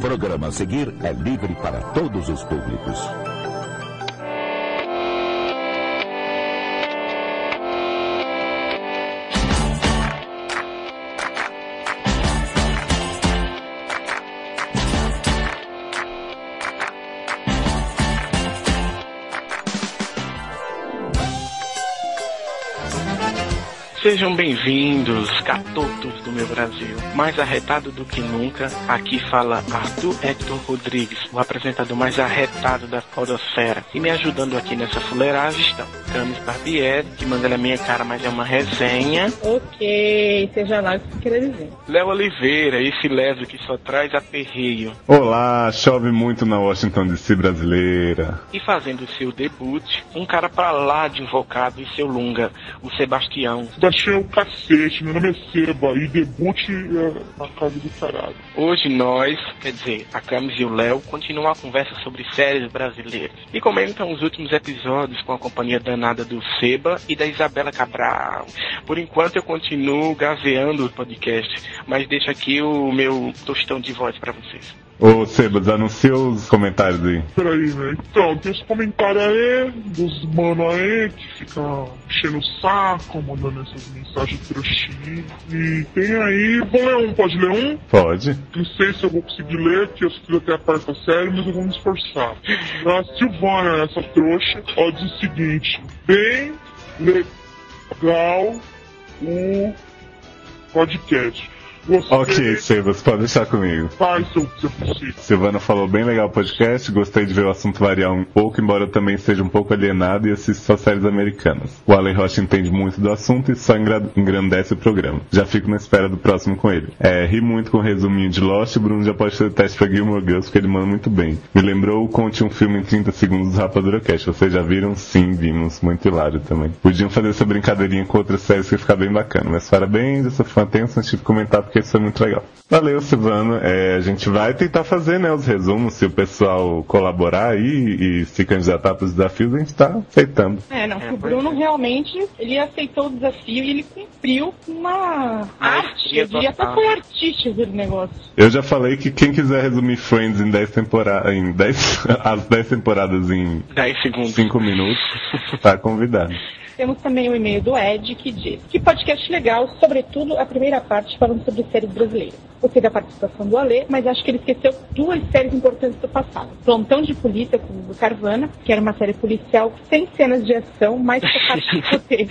programa a seguir é livre para todos os públicos. Sejam bem-vindos, catotos do meu Brasil. Mais arretado do que nunca, aqui fala Arthur Hector Rodrigues, o apresentador mais arretado da podosfera. E me ajudando aqui nessa fuleiragem estão Camis Barbieri, que manda na minha cara, mas é uma resenha. Ok, seja lá o que você queira dizer. Léo Oliveira, esse leso que só traz aperreio. Olá, chove muito na Washington DC brasileira. E fazendo seu debut, um cara pra lá de invocado e seu lunga, o Sebastião. Baixei o é um cacete, meu nome é Seba e debut é a casa do caralho. Hoje nós, quer dizer, a Camis e o Léo, continuam a conversa sobre séries brasileiras. E comentam os últimos episódios com a companhia danada do Seba e da Isabela Cabral. Por enquanto eu continuo gaveando o podcast, mas deixo aqui o meu tostão de voz para vocês. Ô, Sebas, anuncia os comentários aí. Peraí, velho. Então, tem os comentários aí, dos mano aí, que fica enchendo o saco, mandando essas mensagens trouxinhas. E tem aí. Vou ler um, pode ler um? Pode. Não sei se eu vou conseguir ler, porque eu fiz até a quarta série, mas eu vou me esforçar. A Silvana, essa trouxa, ó, diz o seguinte: bem legal o podcast. Gostei. Ok, Sebas, pode deixar comigo. Faz seu seu possível. Silvana falou bem legal o podcast, gostei de ver o assunto variar um pouco, embora eu também seja um pouco alienado e assista só séries americanas. O Ale Rocha entende muito do assunto e só engra- engrandece o programa. Já fico na espera do próximo com ele. É, ri muito com o resuminho de Lost, o Bruno já pode fazer teste pra Gilmore Girls, porque ele manda muito bem. Me lembrou o Conte um Filme em 30 Segundos do Rapadura Cash, vocês já viram? Sim, vimos, muito hilário também. Podiam fazer essa brincadeirinha com outras séries que ia ficar bem bacana, mas parabéns, essa foi atenção, tive que um comentar porque isso é muito legal. Valeu, Silvano. É, a gente vai tentar fazer né, os resumos, se o pessoal colaborar aí e se candidatar para os desafios, a gente tá aceitando. É, não, É, que o pois Bruno é. realmente, ele aceitou o desafio e ele cumpriu com uma Ah, arte, Maestria eu diria até total. foi artístico do negócio. Eu já falei que quem quiser resumir Friends em 10 temporadas, em 10, as 10 temporadas em 10 segundos. 5 minutos, tá convidado. Temos também o e-mail do Ed que diz que podcast legal, sobretudo a primeira parte falando sobre séries brasileiras. Gostei da participação do Alê, mas acho que ele esqueceu duas séries importantes do passado. Plantão de Polícia com o Hugo Carvana, que era uma série policial sem cenas de ação, mas focada em roteiro.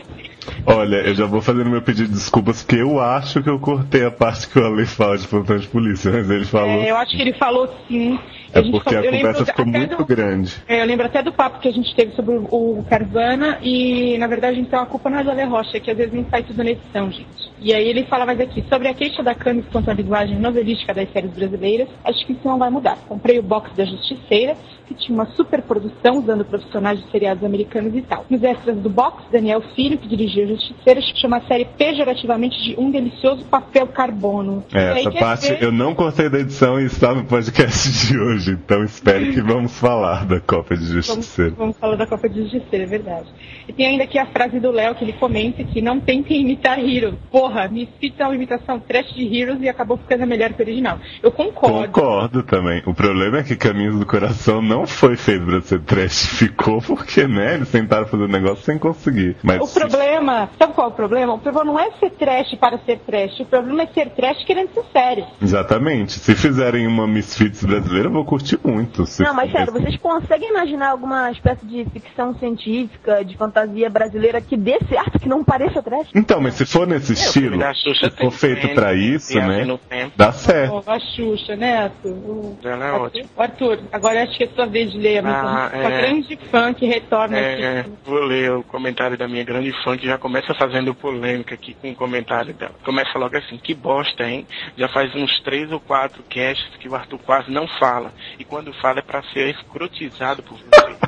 Olha, eu já vou fazendo meu pedido de desculpas, porque eu acho que eu cortei a parte que o Ale fala de plantão de polícia, mas ele falou. É, eu acho que ele falou sim. É gente porque falou- a eu lembro conversa até ficou muito do- grande. é, eu lembro até do papo que a gente teve sobre o o Carvana e, na verdade, então a culpa não é do Ale Rocha, é que às vezes não sai tudo na edição, gente. E aí ele fala mais aqui, sobre a queixa da Camis quanto à linguagem novelística das séries brasileiras, acho que isso não vai mudar. Comprei o box da Justiceira, que tinha uma super produção usando profissionais de seriados americanos e tal. Nos extras do box, Daniel Filho, que dirigiu a Justiceira, chama a série pejorativamente de um delicioso papel carbono. E É, aí essa quer parte ver- eu não cortei da edição e está no podcast de hoje, então espero que vamos falar da Copa de Vamos, Justiceiro. vamos falar da Copa de Justiceira, é verdade. E tem ainda aqui a frase do Léo que ele comenta que não tentem imitar Heroes. Porra, me cita uma imitação trash de Heroes e acabou ficando melhor que o original. Eu concordo. Concordo também. O problema é que Caminhos do Coração não foi feito pra ser trash. Ficou porque, né, eles tentaram fazer o negócio sem conseguir. Mas O problema, sabe qual é o problema? O problema não é ser trash para ser trash. O problema é ser trash querendo ser sério. Exatamente. Se fizerem uma Misfits brasileira, eu vou curtir muito. Se Não, mas sério, fizessem- vocês conseguem imaginar alguma espécie de ficção científica, de fantasia brasileira que dê certo, que não pareça trash? Então, mas se for nesse estilo, Da Xuxa se for tem feito Friends, pra isso, Viagem né, no tempo. dá certo. Ó, a Xuxa, né, Arthur? O- Ela é Arthur- ótima. Arthur, agora acho que é sua vez de ler. a Ah, mensagem. Uma é. grande fã que retorna aqui. É, é, vou ler o comentário da minha grande fã que já começa fazendo polêmica aqui com o comentário dela. Começa logo assim, que bosta, hein? Já faz uns três ou quatro casts que o Arthur quase não fala. E quando fala é pra ser escrotizado por você.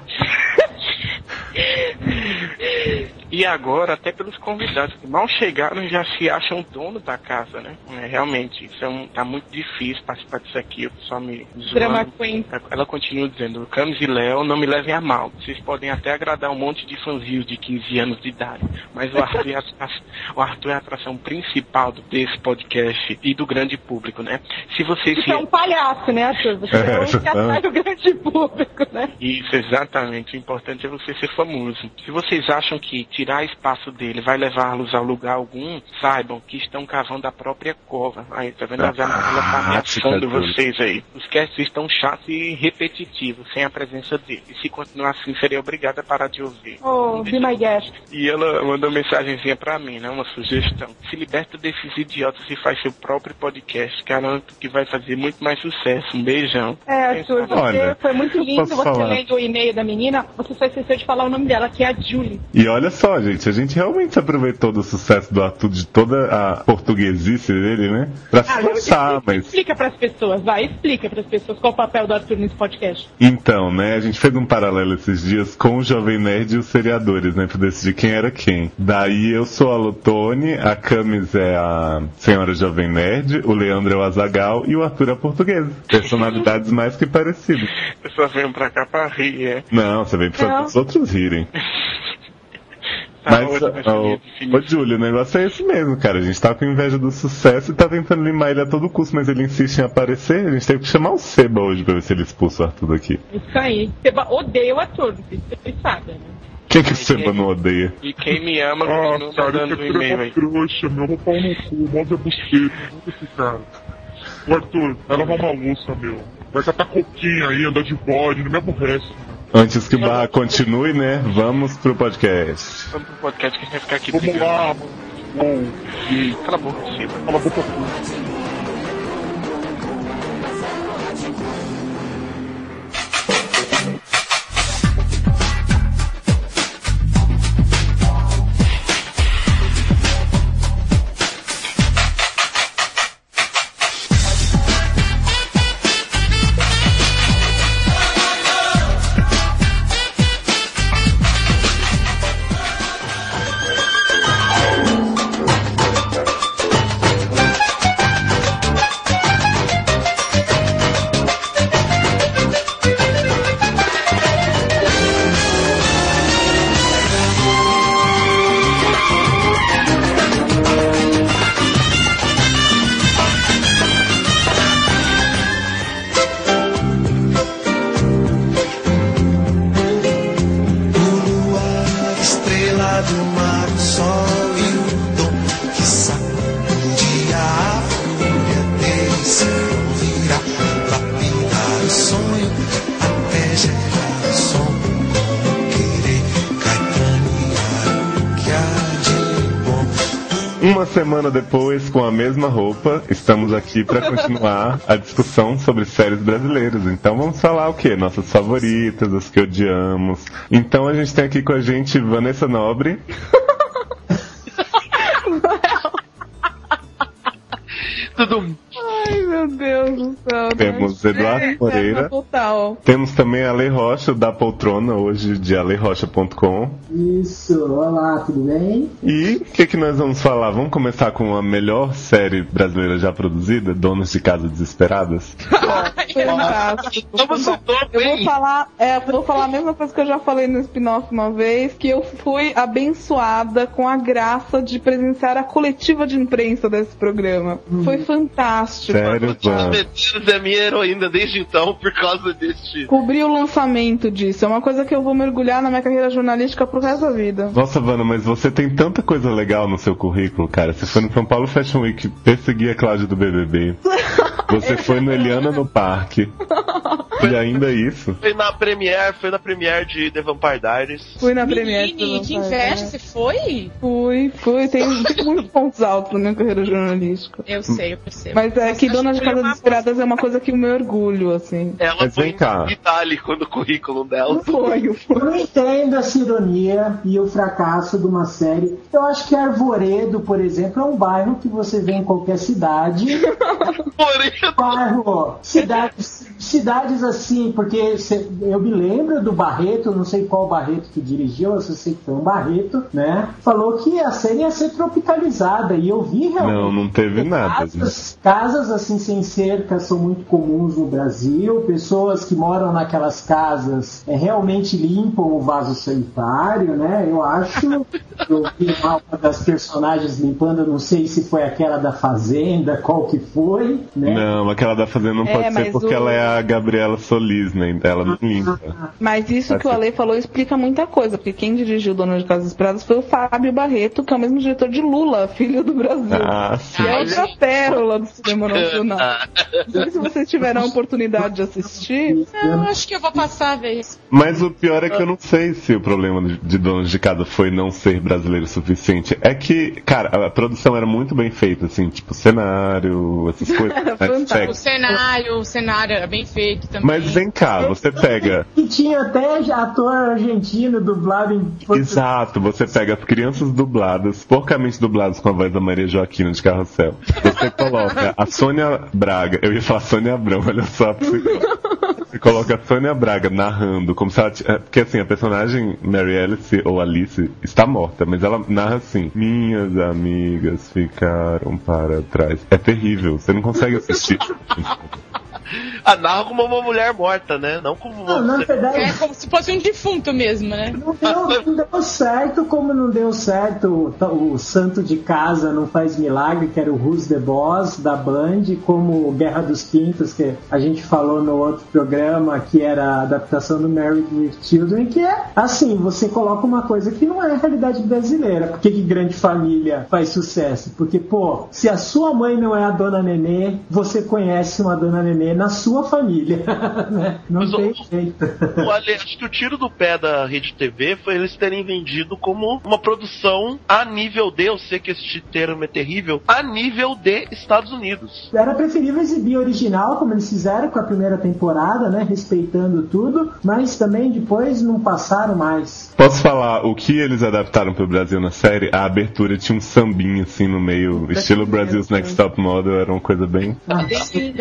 E agora, até pelos convidados que mal chegaram já se acham dono da casa, né? É, realmente, isso é um, tá muito difícil participar disso aqui, o pessoal me Drama zoando. Queen. Ela continua dizendo, Camis e Léo, não me levem a mal. Vocês podem até agradar um monte de fanzios de 15 anos de idade, mas o Arthur, é a, a- o Arthur é a atração principal do- desse podcast e do grande público, né? Se vocês Você é um palhaço, né, Arthur? Você É, é um que atrai o grande público, né? Isso, exatamente. O importante é você ser famoso. Se vocês acham que tirar espaço dele vai levá-los a lugar algum, saibam que estão cavando a própria cova. Aí, tá vendo? Ela tá Ah, ameaçando fica doido. vocês aí. Os casts estão chatos e repetitivos, sem a presença dele. E se continuar assim, serei obrigada a parar de ouvir. Oh, be my guest. E ela mandou mensagenzinha pra mim, né? Uma sugestão. Se liberta desses idiotas e faz seu próprio podcast. Garanto que vai fazer muito mais sucesso. Um beijão. É, Arthur, você Olha, foi muito lindo. posso Você falar? lendo o e-mail da menina, você só esqueceu de falar o nome dela, que é a Julie. E olha só, gente, a gente realmente se aproveitou do sucesso do Arthur, de toda a portuguesice dele, né? Pra se Ah, Léo, forçar, explica- mas. Explica pras pessoas, vai, explica pras pessoas qual o papel do Arthur nesse podcast. Então, né, a gente fez um paralelo esses dias com o Jovem Nerd e os seriadores, né, pra decidir quem era quem. Daí eu sou a Lutone, a Camis é a Senhora Jovem Nerd, o Leandro é o Azagal e o Arthur é português. Personalidades mais que parecidas. Eu só venho pra cá pra rir, é. Não, você vem pra fazer Não. os outros rirem. Tá Mas, ah, ótimo essa minha ô, ô, definição. Júlio, o negócio é esse mesmo, cara. A gente tá com inveja do sucesso e tá tentando limar ele a todo custo, mas ele insiste em aparecer. A gente teve que chamar o Seba hoje pra ver se ele expulsa o Arthur daqui. É Isso aí. Você ba- odeia o Arthur, você sabe, né? Quem que o Seba não odeia? E quem me ama Ah, continua cara, mandando um esse cara é e-mail uma aí. trouxa, meu. Vou pau no cu, moda buceta. Manda esse cara. O Arthur, vai lavar uma louça, meu. Vai catar coquinha aí, andar de bode, não me aborrece. Antes que o barra continue, né? Vamos pro podcast. Vamos pro podcast que a gente vai ficar aqui Vamos brigando. lá, mano. Bom, Cala a boca, Silva. cala a boca puta. Estrela do mar, o sol e o dom que sacude a folha dele se ouvirá lapidar o sonho até gerar o som. Querer caetanear o que há de bom. Uma semana depois, com a mesma roupa, estamos aqui pra continuar a discussão sobre séries brasileiras. Então vamos falar o quê? Nossas favoritas, as que odiamos. Então a gente tem aqui com a gente Vanessa Nobre. Ai, meu Deus do céu. né? Temos Eduardo tá É, Moreira. é, Total. Temos também a Ale Rocha, da Poltrona, hoje de alerocha.com. Isso, olá, tudo bem? E o que, que nós vamos falar? Vamos começar com a melhor série brasileira já produzida, Donas de Casa Desesperadas? Então Fantástico. Eu vou falar, é, eu vou falar a mesma coisa que eu já falei no spin-off uma vez, que eu fui abençoada com a graça de presenciar a coletiva de imprensa desse programa. Hum. Foi fantástico. Sério, Van? Medeiros é minha heroína desde então por causa deste. Cobrir o lançamento disso. É uma coisa que eu vou mergulhar na minha carreira jornalística pro resto da vida. Nossa, Vana, mas você tem tanta coisa legal no seu currículo, cara. Você foi no São Paulo Fashion Week perseguir a Cláudia do BBB. Você foi no Eliana no Parque. E ainda isso. Foi na Premiere, foi na Premiere de The Vampire Diaries. Fui na Premiere. do Menino, que lançamento. inveja, você foi? Fui, fui. Tem muitos pontos altos na minha carreira jornalística. Eu sei, eu percebo. Mas é que Dona de escolheu Casa uma Desesperadas é uma coisa que o meu orgulho, assim. Ela Mas foi vem cá. em detalhe quando o currículo dela. Foi, Eu não entendo essa ironia e o fracasso de uma série. Eu acho que Arvoredo, por exemplo, é um bairro que você vê em qualquer cidade. Porém, Bairro, cidade, cidades assim, porque cê- eu me lembro do Barreto, não sei qual Barreto que dirigiu, eu só sei que foi um Barreto, né? Falou que a série ia ser tropicalizada, e eu vi realmente. Não, não teve nada. né? Casas, casas assim sem cerca são muito comuns no Brasil. Pessoas que moram naquelas casas é, realmente limpam o vaso sanitário, né? Eu acho. Eu vi lá uma das personagens limpando, eu não sei se foi aquela da fazenda, qual que foi, né? Não, aquela da fazenda não É, pode mas ser porque o- ela é a Gabriela Solis, né? Ela não limpa. Mas isso que o Ale falou explica muita coisa, porque quem dirigiu Dono de Casas Esperadas foi o Fábio Barreto, que é o mesmo diretor de Lula, filho do Brasil. Ah, Que é outra pérola do cinema nacional. Não sei se vocês tiveram a oportunidade de assistir. Eu acho que eu vou passar a vez. Mas o pior é Ah. que eu não sei se o problema de- de donos de casa foi não ser brasileiro o suficiente. É que, cara, a produção era muito bem feita, assim, tipo, cenário, essas coisas. né, Fantástico. O técnicas. cenário, o cenário era bem feito então. também. Mas vem cá, você pega. E tinha até ator argentino dublado em Exato, você pega as crianças dubladas, porcamente dubladas com a voz da Maria Joaquina de Carrossel. Você coloca a Sônia Braga, eu ia falar Sônia Abrão, olha só. Você você coloca a Sônia Braga narrando, como se ela. t- é, Porque assim, a personagem Mary Alice ou Alice está morta, mas ela narra assim: Minhas amigas ficaram para trás. É terrível, você não consegue assistir. Ah, narra como uma mulher morta, né? Não como uma. É como se fosse um defunto mesmo, né? Não deu, não deu certo, como não deu certo o ta- o, Santo de Casa Não Faz Milagre, que era o Who's the Boss da Band, como o Guerra dos Pintos, que a gente falou no outro programa, que era a adaptação do Married with Children, que é assim, você coloca uma coisa que não é a realidade brasileira. Por que, que grande família faz sucesso? Porque, pô, se a sua mãe não é a dona Nenê, você conhece uma dona Nenê na sua família. né? Não tem jeito. O Ale- acho um que o tiro do pé da Rede TV foi eles terem vendido como uma produção a nível de, eu sei que esse termo é terrível, a nível de Estados Unidos. Era preferível exibir original, como eles fizeram com a primeira temporada, né? Respeitando tudo, mas também depois não passaram mais. Posso falar o que eles adaptaram pro Brasil na série? A abertura tinha um sambinho assim no meio, estilo Brasil's Next Top Model, era uma coisa bem. Ah.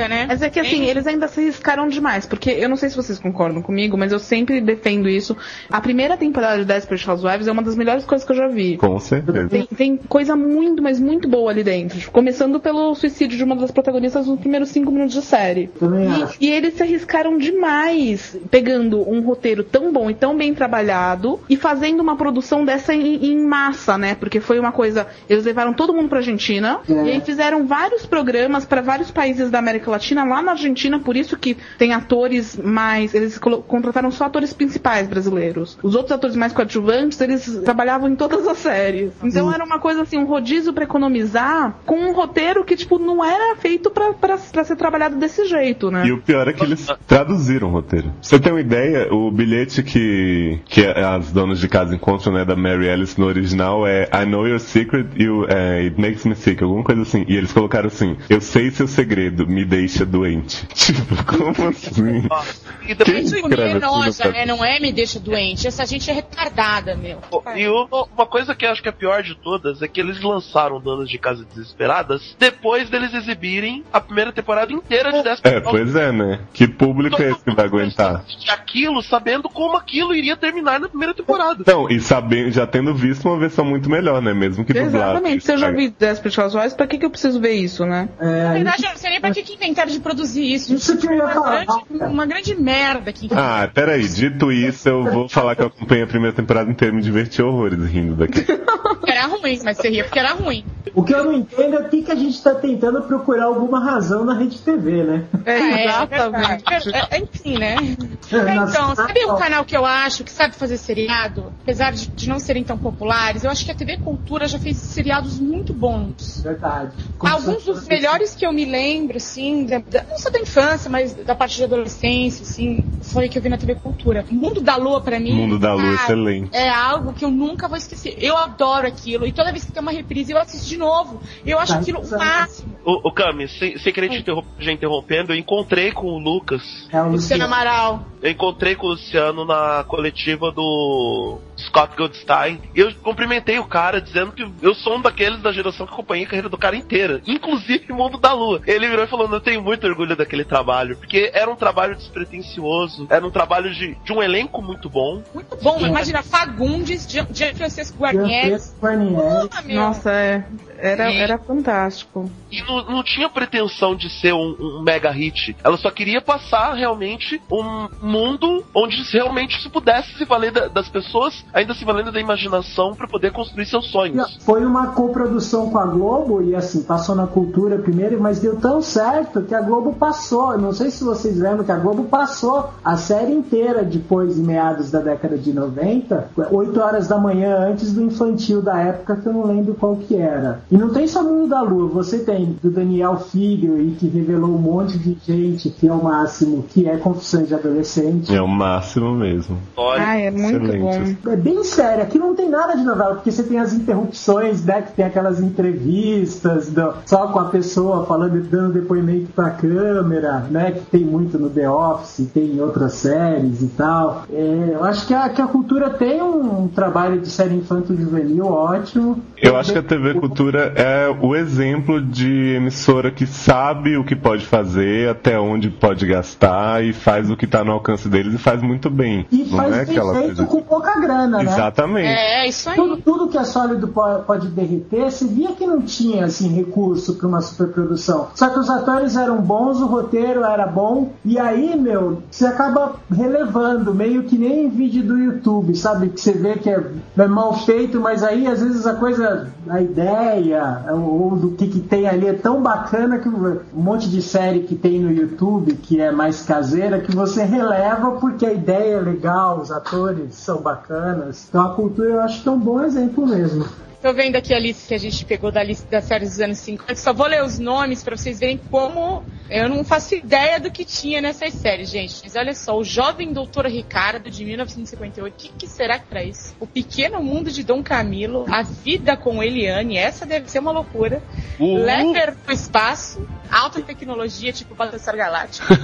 né? Mas é que assim, eles ainda se riscaram demais, porque eu não sei se vocês concordam comigo, mas eu sempre defendo isso. A primeira temporada de Desperate Housewives é uma das melhores coisas que eu já vi. Com certeza. Tem, tem coisa muito, mas muito boa ali dentro. Tipo, Começando pelo suicídio de uma das protagonistas nos primeiros cinco minutos de série. Também acho. E eles se arriscaram demais pegando um roteiro tão bom e tão bem trabalhado e fazendo uma produção dessa em, em massa, né? Porque foi uma coisa. Eles levaram todo mundo pra Argentina É. e aí fizeram vários programas pra vários países da América Latina lá na Argentina, por isso que tem atores mais. Eles colo- contrataram só atores principais brasileiros. Os outros atores mais coadjuvantes, eles trabalhavam em todas as séries. Então era uma coisa assim, um rodízio pra economizar com um roteiro que, tipo, não era feito pra- pra pra ser trabalhado desse jeito, né? E o pior é que eles traduziram o roteiro. Pra Você tem uma ideia? O bilhete que, que as donas de casa encontram, né, da Mary Alice no original é I know your secret, you, eh, it makes me sick, alguma coisa assim. E eles colocaram assim, eu sei seu segredo, me deixa doente. Tipo, como assim? Quem Isso escreve assim no nossa, papel? né? Não é me deixa doente. Essa gente é retardada, meu. E uma, uma coisa que eu acho que é a pior de todas é que eles lançaram Donas de Casa Desesperadas depois deles exibirem a primeira temporada inteira de Desperate É, pois é, né? Que público é esse que vai aguentar? Housewives. Aquilo sabendo como aquilo iria terminar na primeira temporada. Não, e sabendo, já tendo visto uma versão muito melhor, né? Mesmo que dublado. Exatamente, se eu já vi Desperate Housewives, pra que, que eu preciso ver isso, né? Na verdade, eu não sei nem pra que, que inventaram de produzir isso. Isso que eu ia uma, falar, grande, uma grande merda que Ah, peraí, dito isso, eu vou falar que eu acompanhei a primeira temporada inteira e me diverti horrores rindo daqui. Porque era ruim, mas você ria porque era ruim. O que eu não entendo é o que, que a gente está tentando procurar alguma razão na Rede TV, né? Ah, É, exatamente. É, é, enfim, né? É, então, tá sabe um canal que eu acho que sabe fazer seriado? Apesar de, de não serem tão populares, eu acho que a TV Cultura já fez seriados muito bons. Verdade. Alguns dos melhores que eu me lembro, assim, da- da- não só da infância, mas da parte de adolescência, assim, foi que eu vi na TV Cultura. Mundo da Lua, pra mim. Mundo da Lua, excelente. É algo que eu nunca vou esquecer. Eu adoro aquilo. E toda vez que tem uma reprise, eu assisto de novo. Eu acho Tá aquilo o interessante. máximo. O, o Cami, sem, sem querer te interromper, já interrompendo, eu encontrei com o Lucas. É o Luciano Amaral. Eu encontrei com o Luciano na coletiva do Scott Goldstein. E eu cumprimentei o cara dizendo que eu sou um daqueles da geração que acompanhei a carreira do cara inteira, inclusive o Mundo da Lua. Ele virou e falou: Eu tenho muito orgulho daquele trabalho, porque era um trabalho despretensioso, era um trabalho de, de um elenco muito bom. Muito Bom, imagina Fagundes, Gian Gian Francesco é Guarnieri. Porra, meu. Nossa, é. Era, era fantástico. E não, não tinha pretensão de ser um, um mega hit. Ela só queria passar realmente um mundo onde realmente se pudesse se valer da- das pessoas, ainda se valendo da imaginação para poder construir seus sonhos. Foi uma coprodução com a Globo e assim, passou na cultura primeiro, mas deu tão certo que a Globo passou. Eu Não sei se vocês lembram que a Globo passou a série inteira depois, em meados da década de 90, 8 horas da manhã antes do infantil da época, que eu não lembro qual que era. E não tem só Mundo da Lua, você tem do Daniel Filho e que revelou um monte de gente que é o máximo, que é Confissões de Adolescente. É o máximo mesmo. Ah, é muito Excelente. É bem sério, aqui não tem nada de novela, porque você tem as interrupções, né? Que tem aquelas entrevistas do- só com a pessoa falando, dando depoimento pra câmera, né? Que tem muito no The Office, tem em outras séries e tal. É, eu acho que a, que a cultura tem um trabalho de série infanto juvenil ótimo. Eu acho que a TV Cultura é o exemplo de emissora que sabe o que pode fazer, até onde pode gastar e faz o que tá no alcance deles e faz muito bem. E não faz é bem aquela feito coisa. com pouca grana, né? Exatamente. É, isso aí. Tudo, tudo que é sólido po- pode derreter, se via que não tinha assim recurso para uma superprodução. Só que os atores eram bons, o roteiro era bom, e aí, meu, você acaba relevando, meio que nem em vídeo do YouTube, sabe? Que você vê que é, é mal feito, mas aí às vezes a coisa, a ideia, ou, ou do que, que tem ali é tão bacana que um monte de série que tem no YouTube, que é mais caseira, que você releva porque a ideia é legal, os atores são bacanas. Então a cultura eu acho que é um bom exemplo mesmo. Tô vendo aqui a lista que a gente pegou da lista das séries dos anos 50. Só vou ler os nomes pra vocês verem como eu não faço ideia do que tinha nessas séries, gente. Mas olha só, o jovem doutor Ricardo de 1958, o que, que será que traz? O pequeno mundo de Dom Camilo, a vida com Eliane, essa deve ser uma loucura. Uhul. Leper pro espaço, alta tecnologia tipo Battlestar Galáctica.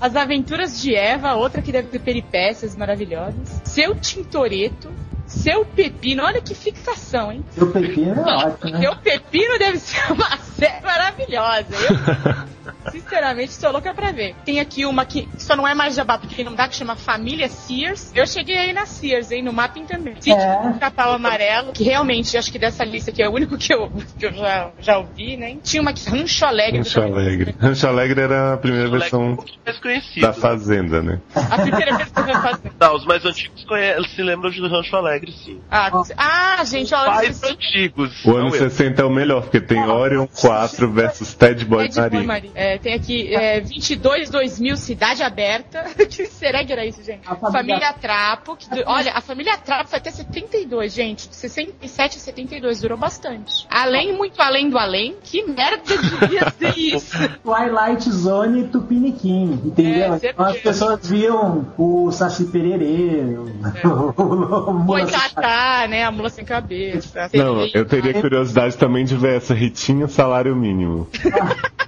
As Aventuras de Eva, outra que deve ter peripécias maravilhosas. Seu Tintoretto, Seu Pepino, olha que fixação, hein? Seu pepino é ótimo, né? Seu Pepino deve ser uma série maravilhosa. Eu, sinceramente, estou louca pra ver. Tem aqui uma que só não é mais jabá, porque não dá, que chama Família Sears. Eu cheguei aí na Sears, hein, no mapping também. Sítio É. do Capão um Amarelo, que realmente, acho que dessa lista aqui é o único que eu, que eu já, já ouvi, né? Tinha uma que Rancho Alegre. Rancho Alegre. Rancho Alegre é era a primeira versão Mais conhecido. da Fazenda, né? A primeira vez que eu faço Não, os mais antigos conhe- se lembram de Rancho Alegre, sim. Ah, ah, gente, olha. Mais antigos. O ano não eu. 60 é o melhor, porque tem Orion 4 versus Ted Boy Ted Boy Marinho. Marinho. É, tem aqui é, 22 2000 Cidade Aberta. que será que era isso, gente? A família família- Trapo. que du- olha, a família Trapo foi até 72, gente. De 67 a 72, durou bastante. Além, muito além do além. Que merda devia ser isso? Twilight Zone e Tupiniquim, entendeu? É, certeza. Então as pessoas viam o Saci Pererê, o- É. o Mula- Boitatá, né? A mula sem cabeça. Não, eu teria curiosidade também de ver essa Ritinha Salário Mínimo.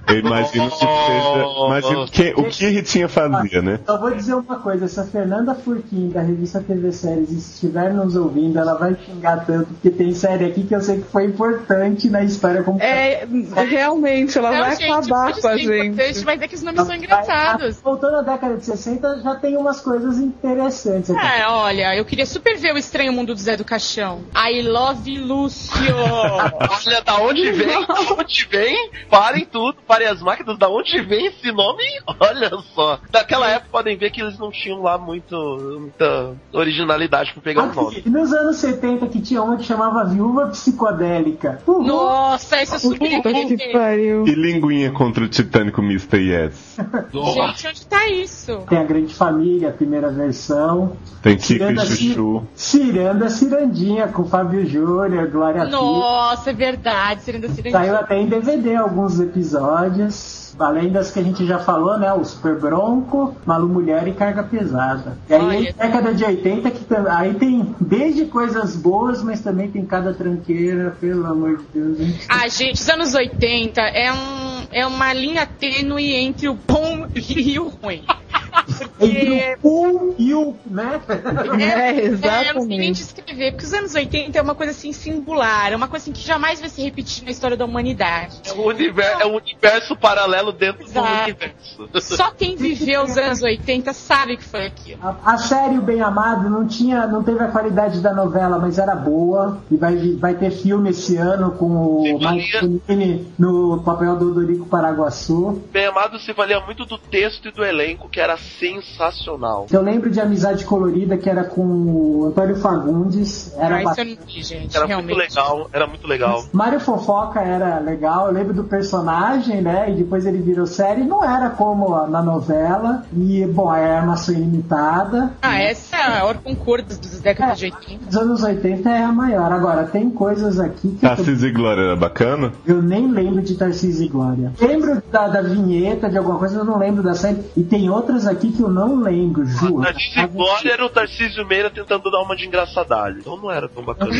Eu imagino que seja. Imagino que, o que Ritinha fazia, né? Só vou dizer uma coisa, se a Fernanda Furquim da revista TV Séries estiver nos ouvindo, ela vai xingar tanto, porque tem série aqui que eu sei que foi importante na história como É, realmente, ela Não, vai gente, acabar pode com a ser importante, gente. mas é que os nomes são engraçados. Voltando à década de 60, já tem umas coisas interessantes aqui. É, olha, eu queria super ver o Estranho Mundo do Zé do Caixão. I love Lúcio! Olha, da onde vem? Da onde vem? Parem tudo, parem as máquinas, da onde vem esse nome? Olha só. Naquela época podem ver que eles não tinham lá muito, muita originalidade pra pegar o nome. E nos anos 70 que tinha uma que chamava Viúva Psicodélica. Uhul. Nossa, isso é super Puta que pariu. E linguinha contra o Titânico Mr. Yes. Gente, onde tá isso? Tem a Grande Família, a primeira versão. assim, Tem Kika e Ciranda, Chuchu. Ciranda Cirandinha, com Fábio Júnior, Glória Pires. Nossa, é verdade, Ciranda Ciranda. Saiu até em DVD alguns paródias, além das que a gente já falou, né? O Super Bronco, Malu Mulher e Carga Pesada. E aí, Olha. década de 80, que tam- aí tem desde coisas boas, mas também tem cada tranqueira, pelo amor de Deus, né? hein? Ah, gente, os anos 80 é, um, é uma linha tênue entre o bom e o ruim. Entre o um e o, né? É, eu não sei nem descrever, porque os anos 80 é uma coisa assim singular, é uma coisa assim que jamais vai se repetir na história da humanidade. É o universo, é o universo paralelo dentro do Exato. universo. Só quem viveu os anos 80 sabe o que foi aquilo. A, a série O Bem Amado não tinha, não teve a qualidade da novela, mas era boa. E vai, vai ter filme esse ano com o Martini no papel do Dorico Paraguaçu. Bem amado se valia muito do texto e do elenco, que era sensacional. Eu lembro de Amizade Colorida, que era com o Antônio Fagundes. Era Ah, isso eu bacana. não vi, gente. Era muito legal, era muito legal. Mário Fofoca era legal, eu lembro do personagem, né? E depois ele virou série, não era como na novela. E, bom, é a armação ilimitada. Ah, essa é a hora concurso dos décadas de 80. Dos anos 80 é a maior. Agora, tem coisas aqui que. eu tô- Tarcísio e Glória era bacana? Eu nem lembro de Tarcísio e Glória. Lembro da, da vinheta, de alguma coisa, eu não lembro da série. E tem outras aqui que eu não lembro, juro. Tarcísio e Glória era o Tarcísio Meira tentando dar uma de engraçadalho. Então não era tão bacana.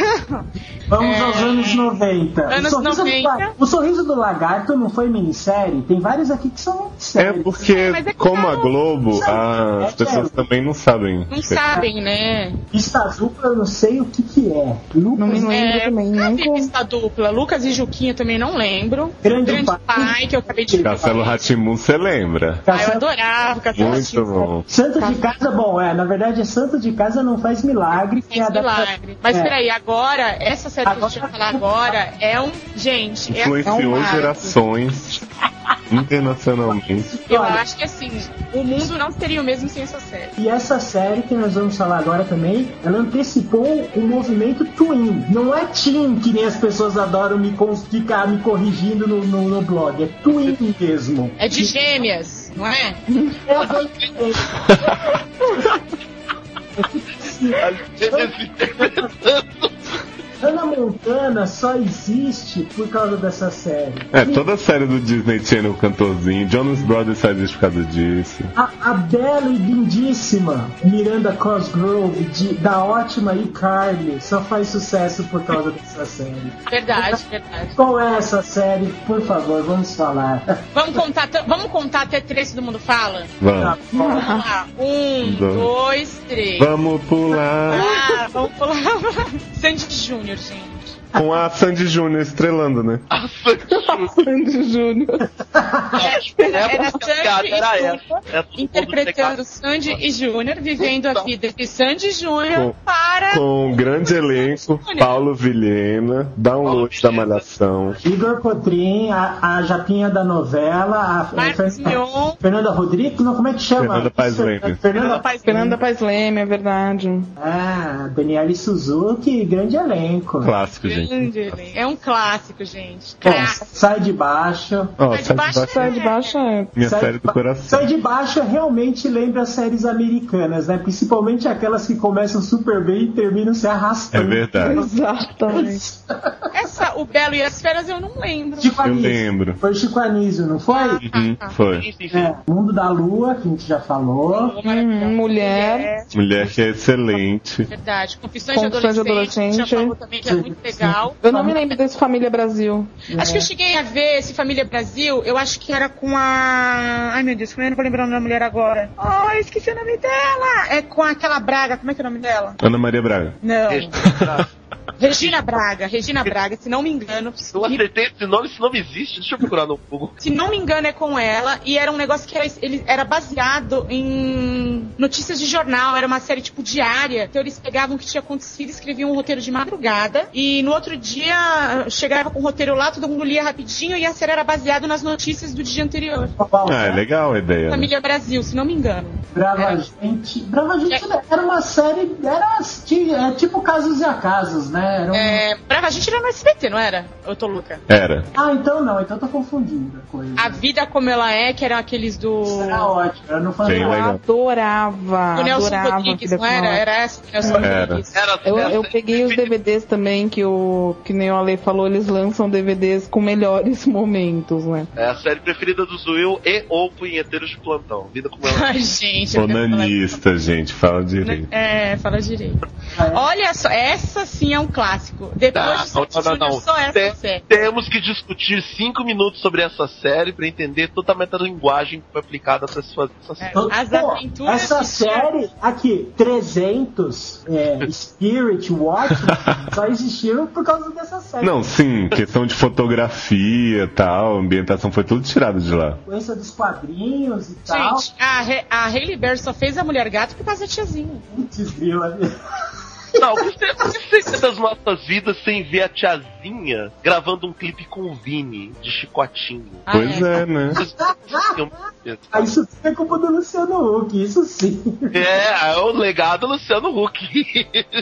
Vamos aos anos 90. Anos o, sorriso 90. Do, o Sorriso do Lagarto não foi minissérie? Tem várias aqui que são É tá- séries. porque, como a Globo, ah, as pessoas também não sabem. Não sabem, né? É. Pista dupla, eu não sei o que que é. Lucas, não lembro também. Nunca... Pista dupla. Lucas e Juquinha também não lembro. Grande pai. que eu acabei de Castelo Ratimbu, você lembra? Ah, eu adorava Castelo Muito bom. Santo de Casa, bom, é, na verdade, Santo de Casa não faz milagre. que é a adapta- Milagre. Mas é. peraí, agora, essa série que a gente vai falar agora é um. Gente, é, é um. Influenciou marco. gerações internacionalmente. Eu acho que assim, o mundo não seria o mesmo sem essa série. E essa série que nós vamos falar agora também, ela antecipou o movimento twin. Não é teen que nem as pessoas adoram me con- ficar me corrigindo no, no, no blog, é twin mesmo. É de gêmeas, não é? Ana Montana só existe por causa dessa série. É, toda a série do Disney Channel, cantorzinho, Jonas Brothers só existe por causa disso. A, a bela e lindíssima Miranda Cosgrove de, da ótima iCarly só faz sucesso por causa dessa série. Verdade, verdade. Qual é essa série? Por favor, vamos falar. Vamos contar, t- vamos contar até três, todo mundo fala? Vamos. Vamos lá. Um, Dois. dois, três. Vamos pular Ah, vamos pular. Sandy Júnior, gente. com a Sandy Júnior estrelando, né? Sandy Júnior. Era Sandy era e Júnior interpretando Sandy e Júnior, vivendo a vida de Sandy e Júnior Com- para Com um grande elenco, Paulo Vilhena, download da Malhação. Igor Cotrim, a, a japinha da novela, a, a Fernanda, Fernanda Rodrigues, não, como é que chama? Fernanda Paes Leme. Fernanda Paes Fernanda Paz Leme, é verdade. Ah, Daniele Suzuki, grande elenco. Clássico, Grande, né? É um clássico, gente. Bom, sai de baixo. Ó, Sai de Sai de Baixo Baixo- Sai de baixo é. Minha Sai- série do coração. Sai de baixo realmente lembra as séries americanas, né? Principalmente aquelas que começam super bem e terminam se É arrastando. verdade. Exatamente. Essa, o Belo e as Feras eu não lembro. Chico Eu Anísio. lembro. Foi Chico Anísio, não foi? Uhum, foi. É, Mundo da Lua, que a gente já falou. Uhum, mulher. Mulher que é excelente. Verdade. Confissões, Confissões de de é Adolescente. Adolescente. Já falou também que é muito legal. Eu não me lembro desse Família Brasil. Acho que eu cheguei a ver esse Família Brasil, eu acho que era com a. Ai meu Deus, como é eu não vou lembrar o nome da mulher agora? Oh, eu esqueci o nome dela! É com aquela Braga, como é que é o nome dela? Ana Maria Braga. Não. Regina Braga, Regina Braga, se não me engano. Eu acertei esse nome, esse nome existe. Deixa eu procurar no Google. Se não me engano, é com ela, e era um negócio que era, ele era baseado em notícias de jornal, era uma série tipo diária. Então eles pegavam o que tinha acontecido, escreviam um roteiro de madrugada, e no outro dia ah, chegava com o roteiro lá, todo mundo lia rapidinho, e a série era baseada nas notícias do dia anterior. Ah, é legal a ideia. né? Família Brasil, se não me engano. É. Brava Gente. Brava Gente era uma série. Era ti- é tipo é casos e acasos, né? né? Era um- É, Brava, a gente era no SBT, não era? Eu tô louca. Era. Ah, então não, então eu tô confundindo a coisa. A Vida Como Ela É, que eram aqueles do. Era ótimo, era no Bem fantástico. legal. Adorava. Do Nelson Ah, adorava Rodrigues, Vida não era? Com Ela. Era essa do Nelson É. Era. Rodrigues. Eu, eu peguei os DVDs também, que o que nem o Ale falou, eles lançam DVDs com melhores momentos, né? É a série preferida do Zuil e ou Punheteiros de Plantão. Vida como ela. é. Ai, gente. eu quero falar- Onanista, gente, fala direito. É, fala direito. Olha só, essa sim é um clássico. Depois de Ah, Não, não, Santinho, não, não. só essa Tem- série. Temos que discutir cinco minutos sobre essa série para entender toda a metalinguagem que foi aplicada para se fazer essa série. É, As aventuras. Essa de- série aqui, 300, é, Spirit, Watch, só existiram por causa dessa série. Não, sim, questão de fotografia e tal, ambientação foi tudo tirado de lá. Sequência dos quadrinhos e tal. Gente, a, Re- a Hailey Berry só fez a Mulher Gato por causa da tiazinha. Putz, grila. Não, o que você- o que você tem das nossas vidas sem ver a tiazinha gravando um clipe com o Vini de Chicotinho? Ah, Pois é, né? Ah, isso tudo é culpa do Luciano Huck, isso sim. É, é o legado Luciano Huck.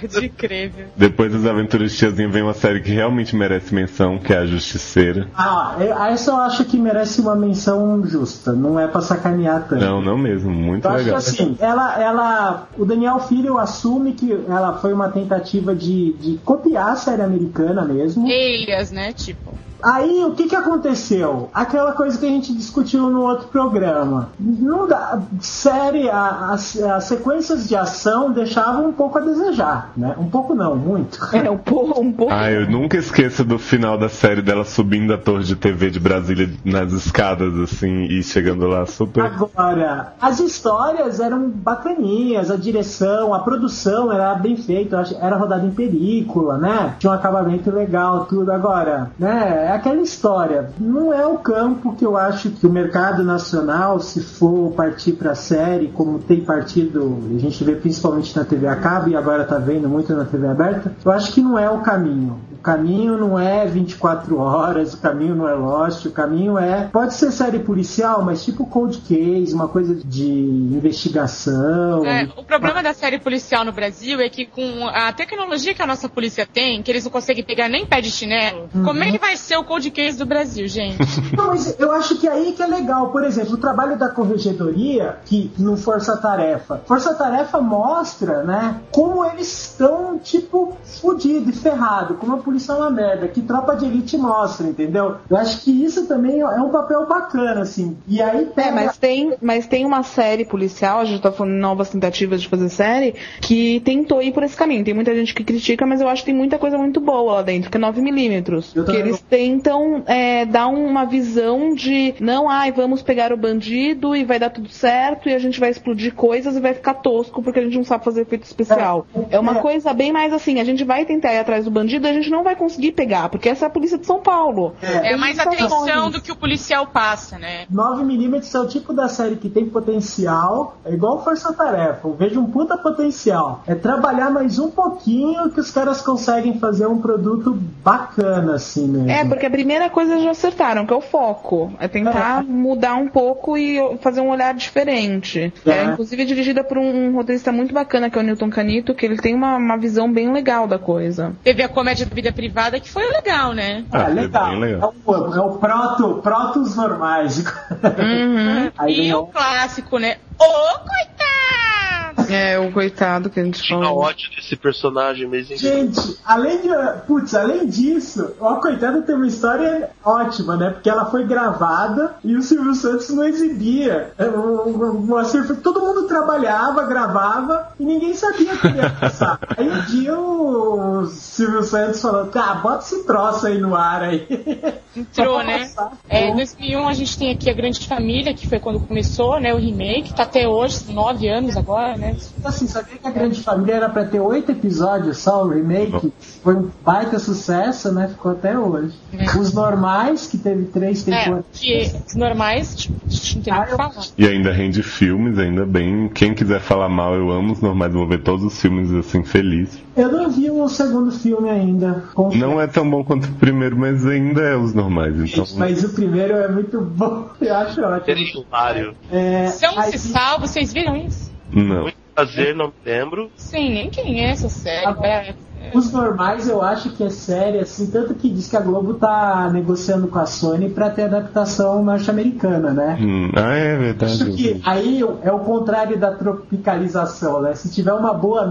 De incrível. Depois das Aventuras de Tiazinha vem uma série que realmente merece menção, que é a Justiceira. Ah, eu- essa eu acho que merece uma menção justa, não é pra sacanear tanto. Não, não mesmo, muito Eu acho que legal. assim, ela, ela, o Daniel Filho assume que ela foi uma tentativa de, de copiar a série americana mesmo. Elias, né? Tipo. Aí o que, que aconteceu? Aquela coisa que a gente discutiu no outro programa. Não dá, série, a- as as sequências de ação deixavam um pouco a desejar, né? Um pouco não, muito. É, um pouco. Um pouco Ah, eu nunca esqueço do final da série dela subindo a torre de TV de Brasília nas escadas, assim, e chegando lá super. Agora, as histórias eram bacaninhas, a direção, a produção era bem feita, eu acho- era rodada em película, né? Tinha um acabamento legal, tudo. Agora, né? É aquela história. Não é o campo que eu acho que o mercado nacional, se for partir pra série, como tem partido, a gente vê principalmente na TV a cabo e agora tá vendo muito na TV aberta, eu acho que não é o caminho. O caminho não é 24 horas, o caminho não é Lost, o caminho é. Pode ser série policial, mas tipo cold case, uma coisa de investigação. É, o problema da série policial no Brasil é que com a tecnologia que a nossa polícia tem, que eles não conseguem pegar nem pé de chinelo, Uhum. como é que vai ser o cold case do Brasil, gente? Não, mas eu acho que aí que é legal. Por exemplo, o trabalho da corregedoria, que no Força Tarefa. Força Tarefa mostra, né, como eles estão, tipo, fudido e ferrado, como a polícia é uma merda, que tropa de elite mostra, entendeu? Eu acho que isso também é um papel bacana, assim. E aí pega. É, mas tem, mas tem uma série policial, a gente tá falando de novas tentativas de fazer série, que tentou ir por esse caminho. Tem muita gente que critica, mas eu acho que tem muita coisa muito boa lá dentro, que é 9mm. Eu Que também eles tentam é, dar uma visão de não, ai, vamos pegar o bandido e vai dar tudo certo e a gente vai explodir coisas e vai ficar tosco porque a gente não sabe fazer efeito especial. É uma É. coisa bem mais assim, a gente vai tentar ir atrás do bandido e a gente não vai conseguir pegar, porque essa é a polícia de São Paulo. É mais Eles são atenção bons. do que o policial passa, né? 9mm é o tipo da série que tem potencial, é igual Força Tarefa. Eu vejo um puta potencial. É trabalhar mais um pouquinho que os caras conseguem fazer um produto bacana, assim mesmo. É, porque a primeira coisa eles já acertaram, que é o foco. É tentar É. mudar um pouco e fazer um olhar diferente. É. É, inclusive é dirigida por um, um roteirista muito bacana, que é o Newton Canito, que ele tem uma, uma visão bem legal da coisa. Teve a comédia da vida privada que foi legal, né? Ah, É, é legal. bem É legal. o, é o proto, protos normais. Uhum. Aí E vem o o- clássico, né? Ô, coitado! É, o coitado que a gente Tinha falou. ódio desse personagem mesmo. Gente, além de. Putz, além disso, ó, coitada, tem uma história ótima, né? Porque ela foi gravada e o Silvio Santos não exibia. É, o- o- o Moacir foi- todo mundo trabalhava, gravava e ninguém sabia o que ia passar. aí um dia o Silvio Santos falou: cara, bota esse troço aí no ar aí. Entrou, né? É, em 2001 a gente tem aqui a Grande Família, que foi quando começou, né? O remake, tá até hoje, nove anos agora, né? Assim, sabia que a Grande Família era pra ter oito episódios só, o remake? Foi um baita sucesso, né? Ficou até hoje. Os normais, que teve três É, temporadas. que os normais, tipo, a gente não tem nem o que falar. E ainda rende filmes, ainda bem. Quem quiser falar mal, eu amo os normais, vou ver todos os filmes assim, feliz. Eu não vi o segundo filme ainda. confesso. Não é tão bom quanto o primeiro, mas ainda é os normais, então. Mas o primeiro é muito bom, eu acho ótimo. Hilário. É, São aí- se salvo, vocês viram isso? Não. Muito prazer, não me lembro. Sim, nem quem é essa série. Ah, bom. pra- Os normais eu acho que é série, assim, tanto que diz que a Globo tá negociando com a Sony pra ter adaptação norte-americana, né? Hum, ah, é verdade. Acho que aí é o contrário da tropicalização, né? Se tiver uma boa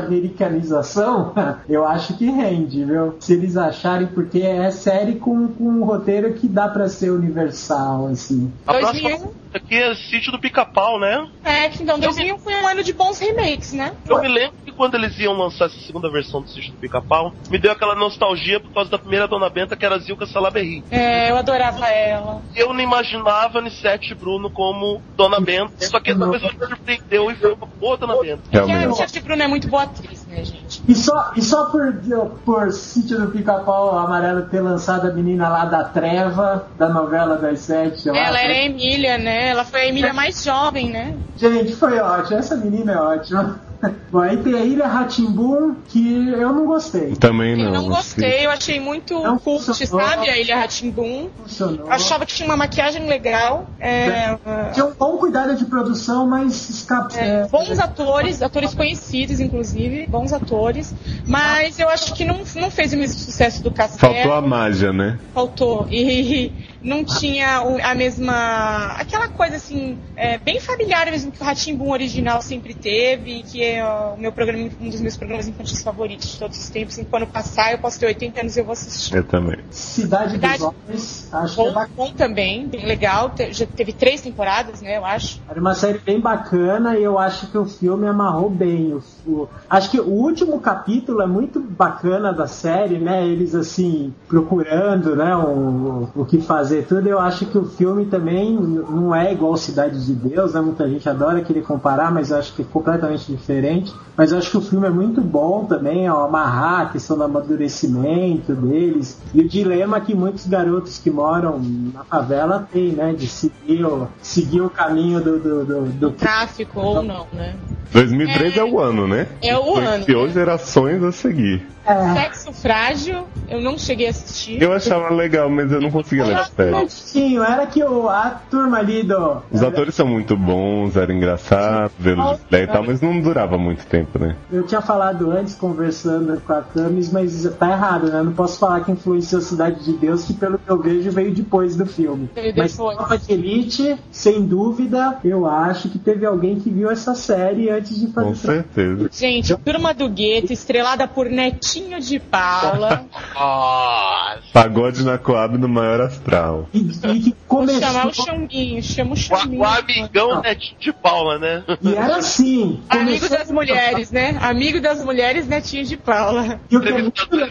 norte-americanização, eu acho que rende, viu? Se eles acharem, porque é série com, com um roteiro que dá pra ser universal, assim. A um. próxima aqui é sítio do pica-pau, né? É, que então 2001 foi um ano de bons remakes, né? Eu me lembro que quando eles iam lançar essa segunda versão do sítio do pica-pau, me deu aquela nostalgia por causa da primeira Dona Benta, que era Zilka Salaberry. É, eu adorava ela. Eu não imaginava Nissete Bruno como Dona Benta, só que essa pessoa me surpreendeu e foi uma boa Dona Benta. É que a Nissete Bruno é muito boa atriz, né, gente? E só, e só por, por sítio do pica-pau amarelo ter lançado a menina lá da treva, da novela das sete. Ela acho. era a Emília, né? Ela foi a É. Emília mais jovem, né? Gente, foi ótimo. Essa menina é ótima. Bom, aí tem a Ilha Ratimbun, que eu não gostei. Também não. Eu não gostei, eu achei muito não cult, funcionou. sabe? A Ilha Ratimbun. Achava que tinha uma maquiagem legal. É... Tinha um bom cuidado de produção, mas escapou. É, bons atores, atores conhecidos, inclusive, bons atores. Mas eu acho que não, não fez o mesmo sucesso do Castelo. Faltou a mágia, né? Faltou. E não tinha a mesma. aquela coisa assim, é, bem familiar mesmo que o Ratimbun original sempre teve, que é o meu programa, um dos meus programas infantis favoritos de todos os tempos. E quando passar, eu posso ter 80 anos e eu vou assistir. Eu É também. Cidade, Cidade dos Homens, acho bom, que é bacana. Bom também, bem legal. Te, já teve três temporadas, né, eu acho. Era uma série bem bacana e eu acho que o filme amarrou bem. O, o, acho que o último capítulo é muito bacana da série, né? Eles assim, procurando, né, o, o que fazer tudo, eu acho que o filme também não é igual Cidade de Deus, né? Muita gente adora querer comparar, mas eu acho que é completamente diferente. Mas eu acho que o filme é muito bom também, ó, amarrar a questão do amadurecimento deles e o dilema que muitos garotos que moram na favela têm, né? De seguir o, seguir o caminho do, do, do, do... tráfico Então, ou não, né? 2003 é, é, o ano, né? É o ano. Pior né? gerações a seguir. É. Sexo Frágil, eu não cheguei a assistir. Eu achava legal, mas eu não conseguia ler a série. Sim, era que o, a turma ali do... Os atores são muito bons, era engraçado, vê-los e tal, mas não durava muito tempo, né? Eu tinha falado antes, conversando com a Camis, mas tá errado, né? Eu não posso falar que influenciou Cidade de Deus, que pelo que eu vejo veio depois do filme. Veio mas depois. Tropa de Elite, sem dúvida, eu acho que teve alguém que viu essa série antes de fazer... Com certeza. Gente, Turma do Gueto, estrelada por Netinho de Paula. Nossa. Pagode na Coab no maior astral. E, e que começou... Vou chamar o Xanguinho, chama o Xanguinho. O, o amigão netinho de Paula, né? E era assim. Amigo das mulheres, né? Amigo das mulheres, netinho de Paula. E o que é muito legal,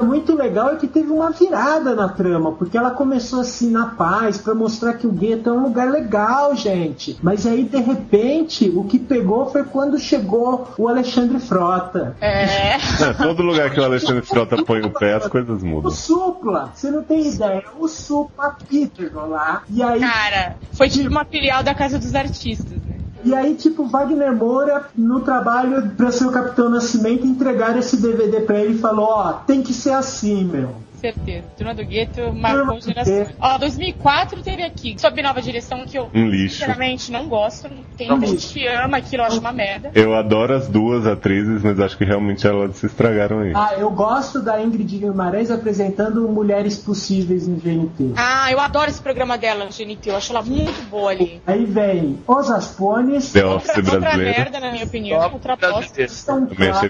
é muito legal é que teve uma virada na trama, porque ela começou assim na paz, pra mostrar que o gueto é um lugar legal, gente. Mas aí, de repente, o que pegou foi quando chegou o Alexandre Frota. É. É. É, todo lugar que o Alexandre Frota põe o pé, as coisas mudam. O Supla, você não tem ideia. é O Supla Peter lá. E aí. Cara, foi tipo uma filial da Casa dos Artistas, né? E aí, tipo, Wagner Moura, no trabalho pra ser o Capitão Nascimento, entregaram esse DVD pra ele e falou: Ó, tem que ser assim, meu certeza. Turma do Gueto marcou geração. Ó, 2004 teve aqui, sob nova direção, que eu um lixo. sinceramente não gosto. Tem não gente que ama aquilo, eu acho uma merda. Eu adoro as duas atrizes, mas acho que realmente elas se estragaram aí. Ah, eu gosto da Ingrid Guimarães apresentando Mulheres Possíveis no GNT. Ah, eu adoro esse programa dela no GNT, eu acho ela muito boa ali. Aí vem Os Aspones. The Office outra, brasileira. Outra merda, na minha opinião. Ultraposta. Estão é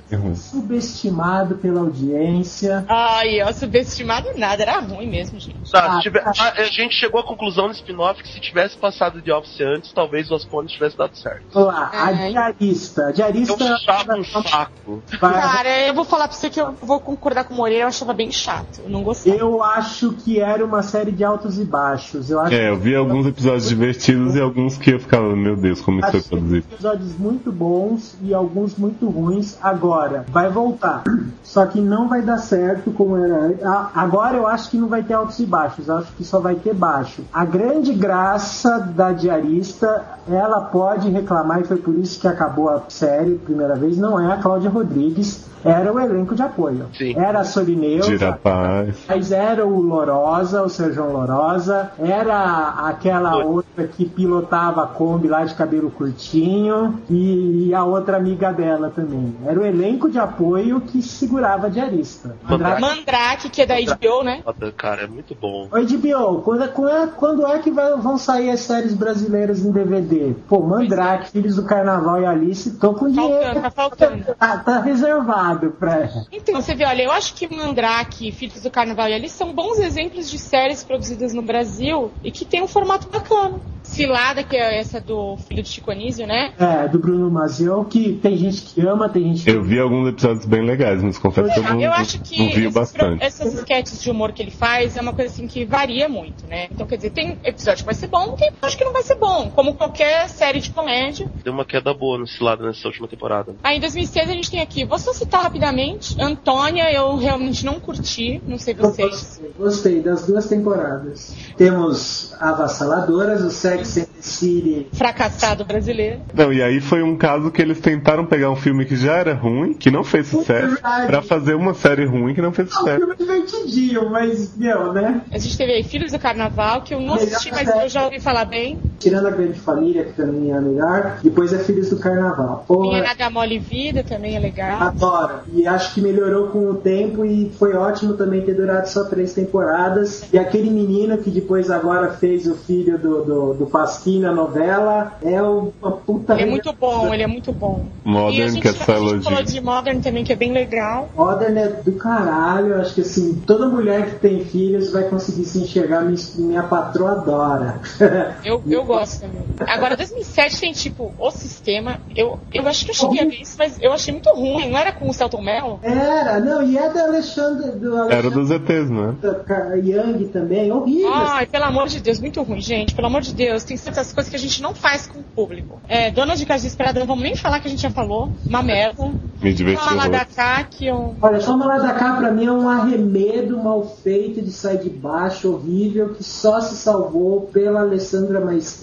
subestimado pela audiência. Ai, eu subestimado estimado nada, era ruim mesmo, gente. Tá, tive... a, gente chegou à conclusão no spin-off que se tivesse passado de Office antes, talvez o Aspone tivesse dado certo. Lá, a diarista. A diarista. Eu achava um saco. Cara, eu vou falar pra você que eu vou concordar com o Moreira, eu achava bem chato. Eu não gostei. Eu acho que era uma série de altos e baixos. Eu acho é, eu vi que... alguns episódios divertidos e alguns que eu ficava, meu Deus, como isso foi produzido. Episódios muito bons e alguns muito ruins. Agora, vai voltar. Só que não vai dar certo como era. A, agora eu acho que não vai ter altos e baixos, acho que só vai ter baixo. A grande graça da diarista, ela pode reclamar, e foi por isso que acabou a série, primeira vez, não é a Cláudia Rodrigues, era o elenco de apoio. Era a Tira Sorineuza, paz. mas era o Lorosa, o Sérgio Lorosa, era aquela outra que pilotava a Kombi lá de cabelo curtinho e, e a outra amiga dela também. Era o elenco de apoio que segurava a diarista. Mandrake. Andrade- que é da HBO, né? Foda, cara, é muito bom. Oi, Dibio, quando, quando é, quando é que vai- vão sair as séries brasileiras em DVD? Pô, Mandrake, Filhos do Carnaval e Alice, tô com dinheiro. Tá faltando. Tá, tá reservado pra. Então, você vê, olha, eu acho que Mandrake, Filhos do Carnaval e Alice são bons exemplos de séries produzidas no Brasil e que tem um formato bacana. Cilada, que é essa do filho de Chico Anísio, né? É, do Bruno Maziel, que tem gente que ama, tem gente que. Eu vi alguns episódios bem legais, mas confesso que eu não, Eu acho que não vi esses pro- bastante. essas sketches de humor que ele faz é uma coisa assim que varia muito, né? Então, quer dizer, tem episódio que vai ser bom, tem episódio que não vai ser bom, como qualquer série de comédia. Deu uma queda boa nesse lado nessa última temporada. Aí, em 2006, a gente tem aqui, vou só citar rapidamente, Antônia, eu realmente não curti, não sei vocês. Gostei das duas temporadas. Temos Avassaladoras, o Sex and the City. Fracassado brasileiro. Não, e aí foi um caso que eles tentaram pegar um filme que já era ruim, que não fez sucesso, verdade. pra fazer uma série ruim que não fez É um sucesso. filme divertidinho, mas, meu, né? A gente teve aí Filhos do Carnaval, que eu não Melhor assisti, mas série. eu já ouvi falar bem. Tirando a Grande Família, que também é a melhor. Depois é Filhos do Carnaval. Minha Porra, Nada Mole Vida também é legal. adoro. E acho que melhorou com o tempo e foi ótimo também ter durado só três temporadas. E aquele menino que depois agora fez o filho do, do, do Pasquim na novela é o- uma puta... Ele é muito bom, ele é muito bom. e a Modern, gente, que é a gente só falou elogio. de Modern também, que é bem legal. Modern é do caralho, eu acho que assim, toda mulher que tem filhos vai conseguir se enxergar, minha, minha patroa adora. Eu, eu gosto também. Agora, 2007 tem tipo o sistema. Eu, eu acho que eu cheguei a ver isso, mas eu achei muito ruim. Não era com o Celton Mello? Era, não, e é da Alexandre, do Era Alexandre dos ETs, né? Ca- Yang também, horrível. Ai, pelo amor de Deus, muito ruim, gente. Pelo amor de Deus, tem certas coisas que a gente não faz com o público. É, Dona de Casa Desesperada, não vamos nem falar que a gente já falou. Uma merda. um Me diverti Fala da horrores. K, que eu... Olha, só uma da cá pra mim é um arremedo mal feito de sair de baixo, horrível, que só se salvou pela Alessandra Maestrini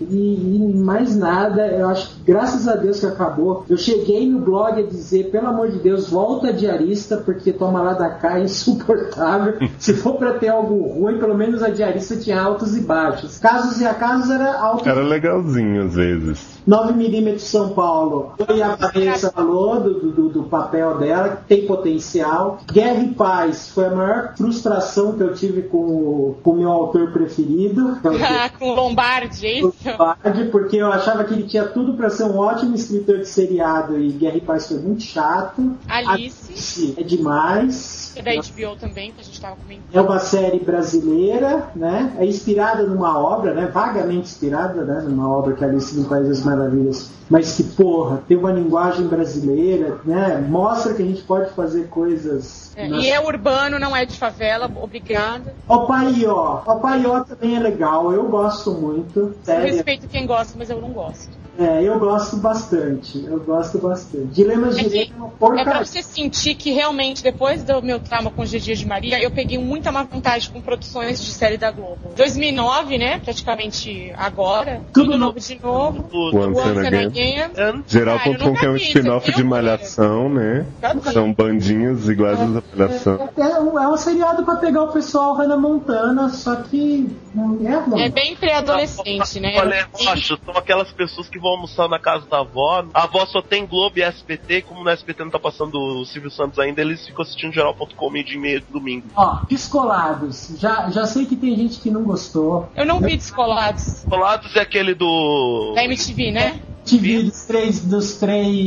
e, e mais nada. Eu acho que graças a Deus que acabou. Eu cheguei no blog a dizer, pelo amor de Deus, volta diarista, porque toma lá da cá é insuportável. se for pra ter algo ruim, pelo menos a diarista tinha altos e baixos. Casos e acasos era alto Era legalzinho às vezes. 9mm São Paulo. E a Vanessa falou do, do, do papel dela, que tem potencial. Guerra e Paz foi a maior frustração que eu tive com o com o meu autor preferido, que é o Getúlio com Lombardi, é isso? Lombardi, porque eu achava que ele tinha tudo para ser um ótimo escritor de seriado e Guerra e Paz foi muito chato. Alice. Alice é demais. Que é da HBO também, que a gente tava comentando. É uma série brasileira, né? É inspirada numa obra, né? Vagamente inspirada, né? Numa obra que é Alice no País das Maravilhas. Mas que, porra, tem uma linguagem brasileira, né? Mostra que a gente pode fazer coisas. É, né? E é urbano, não é de favela, obrigada. O Paió. O Paió também é legal, eu gosto muito. Eu Sério. respeito quem gosta, mas eu não gosto. É, eu gosto bastante. Eu gosto bastante. Dilemas É de que- Lei é uma É pra porcaria. você sentir que realmente, depois do meu trauma com G. Dias de Maria, eu peguei muita má vontade com produções de série da Globo. 2009, né? Praticamente agora. Tudo Tudo novo. novo de novo. Tudo. Once and again. Geral Cara, Ah, eu Popom, nunca que é um vi, você spin-off viu? de malhação, né? Nunca vi. São bandinhos iguais às da malhação. É, é um, é um seriado pra pegar o pessoal Hannah Montana, só que hum, é ruim. É bem pré-adolescente, né? Olha, eu acho, são aquelas pessoas que vão almoçar na casa da avó. A avó só tem Globo e SBT, como no SBT não tá passando o Silvio Santos ainda, eles ficam assistindo geral.com meio de meio domingo. Ó, descolados. Já, já sei que tem gente que não gostou. Eu não vi Descolados Colados é aquele do. da MTV, né? Tive dos três. Dos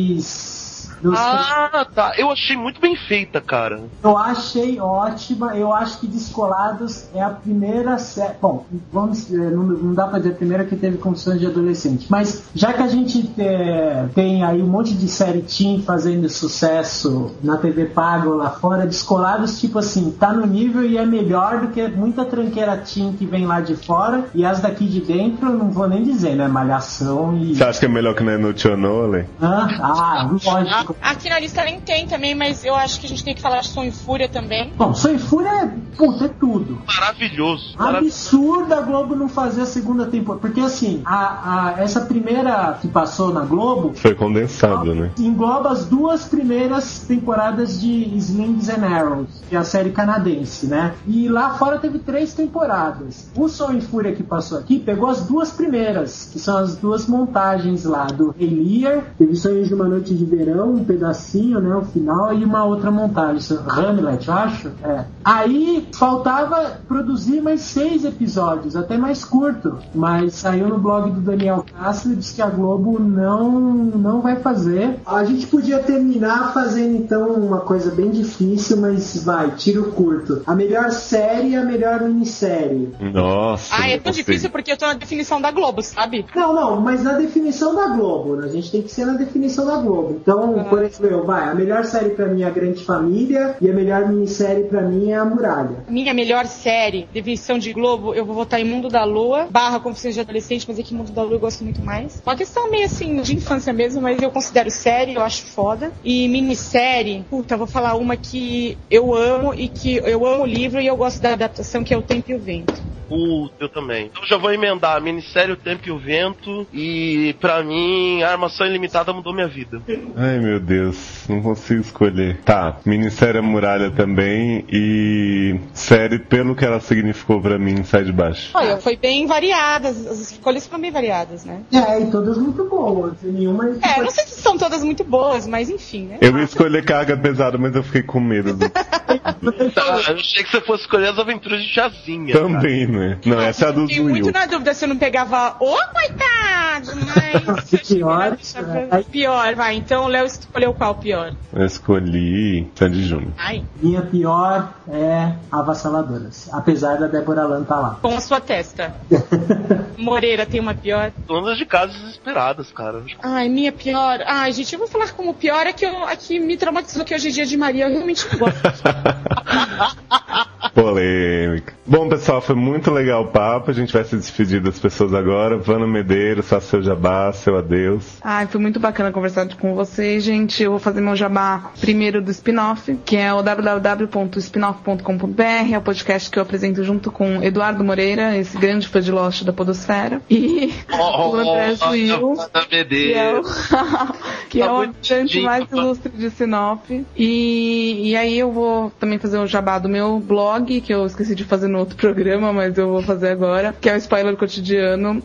três. Dos três. Ah, tá. Eu achei muito bem feita, cara. Eu achei ótima. Eu acho que Descolados é a primeira série. Bom, vamos, eh, não, não dá pra dizer a primeira que teve condições de adolescente. Mas já que a gente eh, tem aí um monte de série teen fazendo sucesso na TV paga ou lá fora, Descolados, tipo assim, tá no nível e é melhor do que muita tranqueira teen que vem lá de fora. E as daqui de dentro, eu não vou nem dizer, né? Malhação e. é Você acha que é melhor que na Inutianole? Hã? Ah, lógico. clássico. Aqui na lista nem tem também, mas eu acho que a gente tem que falar de Som e Fúria também. Bom, Sonho e Fúria é, puta, é tudo. Maravilhoso. Absurda a Globo não fazer a segunda temporada. Porque assim, a, a- essa primeira que passou na Globo Foi condensado, né? engloba as duas primeiras temporadas de Slings and Arrows, que é a série canadense, né? E lá fora teve três temporadas. O Som e Fúria que passou aqui pegou as duas primeiras, que são as duas montagens lá do Rei Lear, teve Sonhos de uma Noite de Verão, um pedacinho, né? O final, e uma outra montagem, isso é Hamlet, eu acho. É. Aí faltava produzir mais seis episódios, até mais curto, mas saiu no blog do Daniel Castro e disse que a Globo não, não vai fazer. A gente podia terminar fazendo então uma coisa bem difícil, mas vai, tiro curto. A melhor série e a melhor minissérie. Nossa. Ah, é não tão consigo. difícil porque eu tô na definição da Globo, sabe? Não, não, mas na definição da Globo, né? a gente tem que ser na definição da Globo. Uhum. Então, por exemplo, vai, a melhor série pra mim é a Grande Família e a melhor minissérie pra mim é a Muralha. Minha melhor série, definição de Globo, eu vou votar em Mundo da Lua, barra Confissões de Adolescente, mas é que Mundo da Lua eu gosto muito mais. Uma questão meio assim, de infância mesmo, mas eu considero série, eu acho foda. E minissérie, puta, eu vou falar uma que eu amo e que eu amo o livro e eu gosto da adaptação que é O Tempo e o Vento. Puta, eu também. Então já vou emendar a minissérie O Tempo e o Vento. E pra mim, a Armação Ilimitada mudou minha vida. Ai meu Deus, não consigo escolher. Tá, minissérie A Muralha também e série pelo que ela significou pra mim, sai de Ah. baixo. Olha, foi bem variadas, as escolhas foram bem variadas, né? É, e todas muito boas, e nenhuma. É, não sei se são todas muito boas, mas enfim, né? Eu ia escolher carga pesada, mas eu fiquei com medo do... Tá, eu achei que você fosse escolher as aventuras de Jazinha. cara. também, né? Não, essa é a do Fiquei muito Will. na dúvida se eu não pegava o coitado, né? mas. pior. Pior, vai. Então o Léo escolheu qual pior? Eu escolhi Sandy Júnior. Ai, Minha pior é Avassaladoras, apesar da Débora Lan tá lá. com a sua testa. Moreira tem uma pior. Donas de casas desesperadas, cara. Ai, minha pior. Ai, gente, eu vou falar como pior é que, eu, a que me traumatizou que hoje em dia de Maria. Eu realmente não gosto. Polêmica. Bom, pessoal, foi muito legal o papo. A gente vai se despedir das pessoas agora. Vana Medeiros, faça seu jabá, seu adeus. Ai, foi muito bacana conversar com vocês, gente. Eu vou fazer meu jabá primeiro do spin-off, que é o www.spinoff.com.br, é o podcast que eu apresento junto com Eduardo Moreira, esse grande fã de Lost da Podosfera, e o André Juil, que é o, que é o habitante mais ilustre de Sinop. E, e aí eu vou também fazer o jabá do meu blog, que eu esqueci de fazer no outro programa, mas eu vou fazer agora, que é o Spoiler Cotidiano,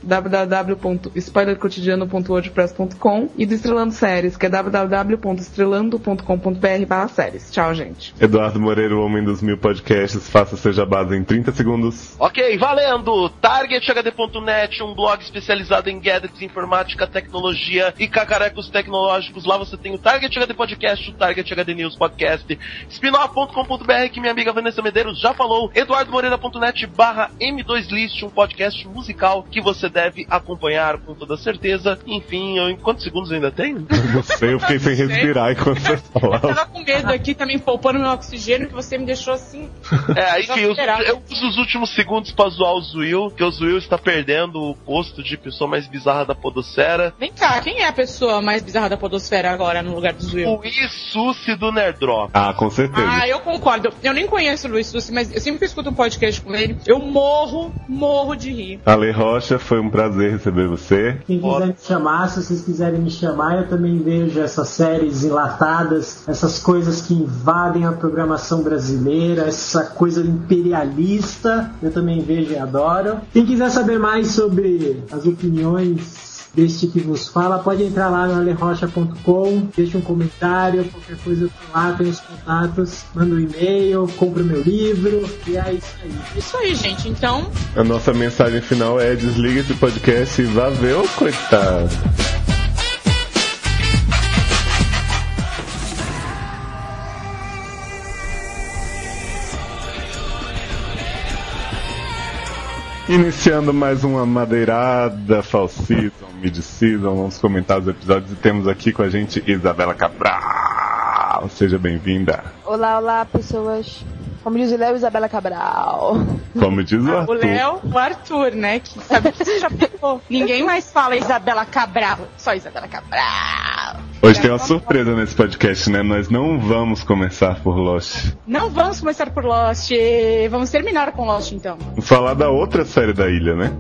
www.spoilercotidiano.wordpress.com e do Estrelando Séries, que é www.estrelando.com.br barra séries. Tchau, gente. Eduardo Moreira, o homem dos mil podcasts, faça seu jabá em 30 segundos. Ok, valendo! TargetHD.net, um blog especializado em gadgets, informática, tecnologia e cacarecos tecnológicos. Lá você tem o Target HD Podcast, o Target HD News Podcast, spinoff.com.br, que minha amiga Vanessa Medeiros já falou, eduardomoreira.net barra M2List, um podcast musical que você deve acompanhar com toda certeza. Enfim, eu, em quantos segundos eu ainda tenho? Não sei, eu fiquei sem respirar enquanto você Eu falava. tava com medo aqui também, poupando meu oxigênio, que você me deixou assim. É, aí que eu, Desesperado. eu uso os últimos segundos pra zoar o Zuil, que o Zuil está perdendo o posto de pessoa mais bizarra da podosfera. Vem cá, quem é a pessoa mais bizarra da Podosfera agora no lugar do Zuil? O Issuce do Nerdrop. Ah, com certeza. Ah, eu concordo. Eu nem conheço o Luiz Sussi, mas eu sempre que escuto um podcast com ele, eu morro, morro de rir. Ale Rocha, foi um prazer receber você. Quem quiser me chamar, se vocês quiserem me chamar, eu também vejo essas séries enlatadas, essas coisas que invadem a programação brasileira, essa coisa imperialista, eu também vejo e adoro. Quem quiser saber mais sobre as opiniões deste que vos fala, pode entrar lá no alerocha.com, deixa um comentário, qualquer coisa eu tô lá, tenho os contatos, manda um e-mail, compra o meu livro, e é isso aí. Isso aí, gente. Então, A nossa mensagem final é desliga esse podcast e vá ver, ô coitado. Iniciando mais uma madeirada fall season, mid season, vamos comentar os episódios e temos aqui com a gente Isabela Cabral. Seja bem-vinda. Olá, olá, pessoas. Como diz o Léo Isabela Cabral. Como diz o o Arthur. Léo, o Arthur, né? Que sabe que você já pegou. Ninguém mais fala Isabela Cabral. Só Isabela Cabral. Hoje tem uma surpresa nesse podcast, né? Nós não vamos começar por Lost. Não vamos começar por Lost. Vamos terminar com Lost, então. Falar da outra série da ilha, né?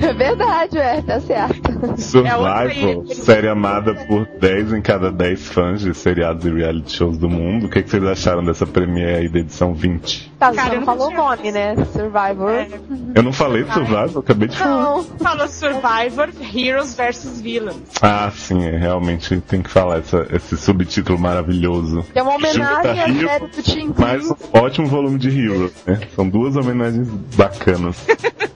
É verdade, é, tá certo. Survival, série amada por 10 em cada 10 fãs de seriados e reality shows do mundo. O que, que vocês acharam dessa premiere aí da edição 20? Tá, você não falou o nome, né? Survivor. É. Eu não falei de Survival, eu acabei de falar. Não. Falou Survivor, Heroes vs Villains. Ah, sim, é, realmente tem que falar essa- esse subtítulo maravilhoso. É uma homenagem Junta à Hero série do Tim mais um ótimo volume de Heroes, né? São duas homenagens bacanas.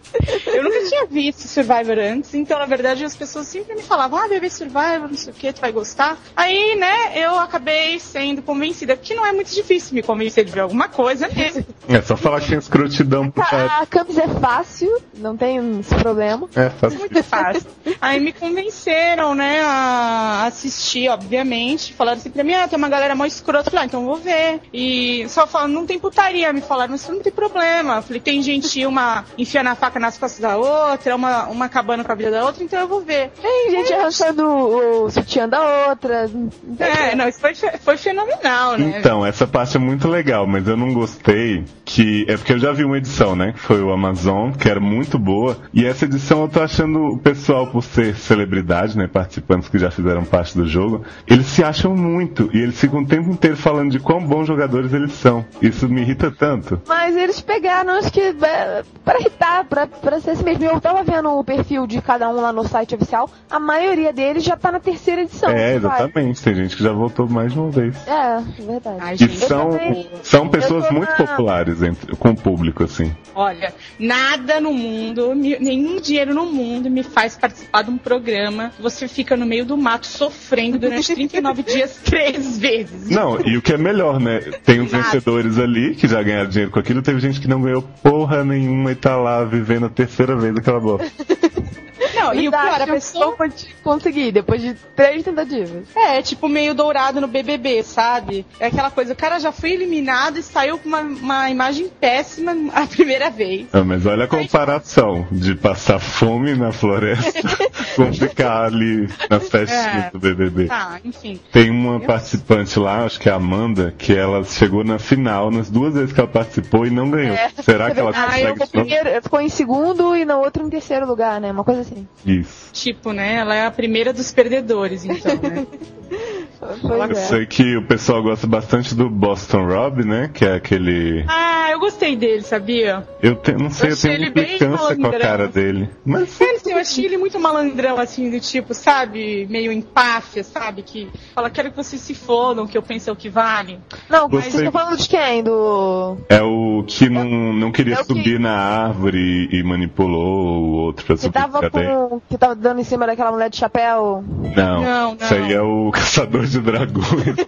Eu nunca tinha visto Survivor antes, então na verdade as pessoas sempre me falavam, ah, bebê Survivor, não sei o que, tu vai gostar. Aí, né, eu acabei sendo convencida, porque não é muito difícil me convencer de ver alguma coisa mesmo. Tá, É só falar que tem escrotidão pro cara. A Camis é fácil, não tem um esse problema. É, fácil. Muito fácil. Aí me convenceram, né, a assistir, obviamente. Falaram assim pra mim, ah, tem uma galera mó escrota. Eu falei, ah, então vou ver. E só falando, não tem putaria. Me falaram, isso não tem problema. Eu falei, tem gente, uma enfiando a faca nas costas da outra, uma, uma acabando com a vida da outra, então eu vou ver. Tem gente arranchando o, o sutiã da outra. não tem É, não, isso foi, fe- foi fenomenal, né? Então, essa parte é muito legal, mas eu não gostei que. É porque eu já vi uma edição, né? Que foi o Amazon, que era muito boa. E essa edição eu tô achando o pessoal, por ser celebridade, né? Participantes que já fizeram parte do jogo, eles se acham muito. E eles ficam o tempo inteiro falando de quão bons jogadores eles são. Isso me irrita tanto. Mas eles pegaram, acho que é, pra irritar, pra, pra ser esse mesmo. Eu tava vendo o perfil de cada um lá no site oficial, a maioria deles já tá na terceira edição. é, sabe? exatamente. Tem gente que já voltou mais de uma vez. É, verdade. E são, são pessoas muito populares entre, com o público, assim. Olha, nada no mundo, me- nenhum dinheiro no mundo me faz participar de um programa que você fica no meio do mato sofrendo durante 39 dias três vezes. Não, e o que é melhor, né? Tem os vencedores ali que já ganharam dinheiro com aquilo, teve gente que não ganhou porra nenhuma e tá lá vivendo a terceira vez aquela bosta. Não, e o pior, a Verdade, pessoa pode conseguir depois de três tentativas. É, tipo meio dourado no BBB, sabe? É aquela coisa, o cara já foi eliminado e saiu com uma, uma imagem péssima a primeira vez. Ah, mas olha a comparação de passar fome na floresta com ficar ali nas festinhas É, do BBB. Tá, enfim. Tem uma participante lá, acho que é a Amanda, que ela chegou na final nas duas vezes que ela participou e não ganhou. É. Será que ela ah, consegue eu de novo? primeiro, ficou em segundo e na outra em terceiro lugar, né? Uma coisa assim. Isso. Tipo, né? Ela é a primeira dos perdedores, então, né? é. Eu sei que o pessoal gosta bastante do Boston Rob, né? Que é aquele. Ah, eu gostei dele, sabia? Eu te- não sei, eu, Achei tenho ele bem implicância com a malandrão. cara dele. Mas É, assim, eu achei ele muito malandrão, assim, do tipo, sabe? Meio empáfia, sabe? Que fala, quero que vocês se fodam, que eu penso é o que vale. Não, mas Você- vocês estão falando de quem? Do. é o que não, não queria É o que- subir na árvore e, e manipulou o outro pra Que subir tava também. com. Que tava dando em cima daquela mulher de chapéu. Não, Não, isso aí é o Caçador de Dragões.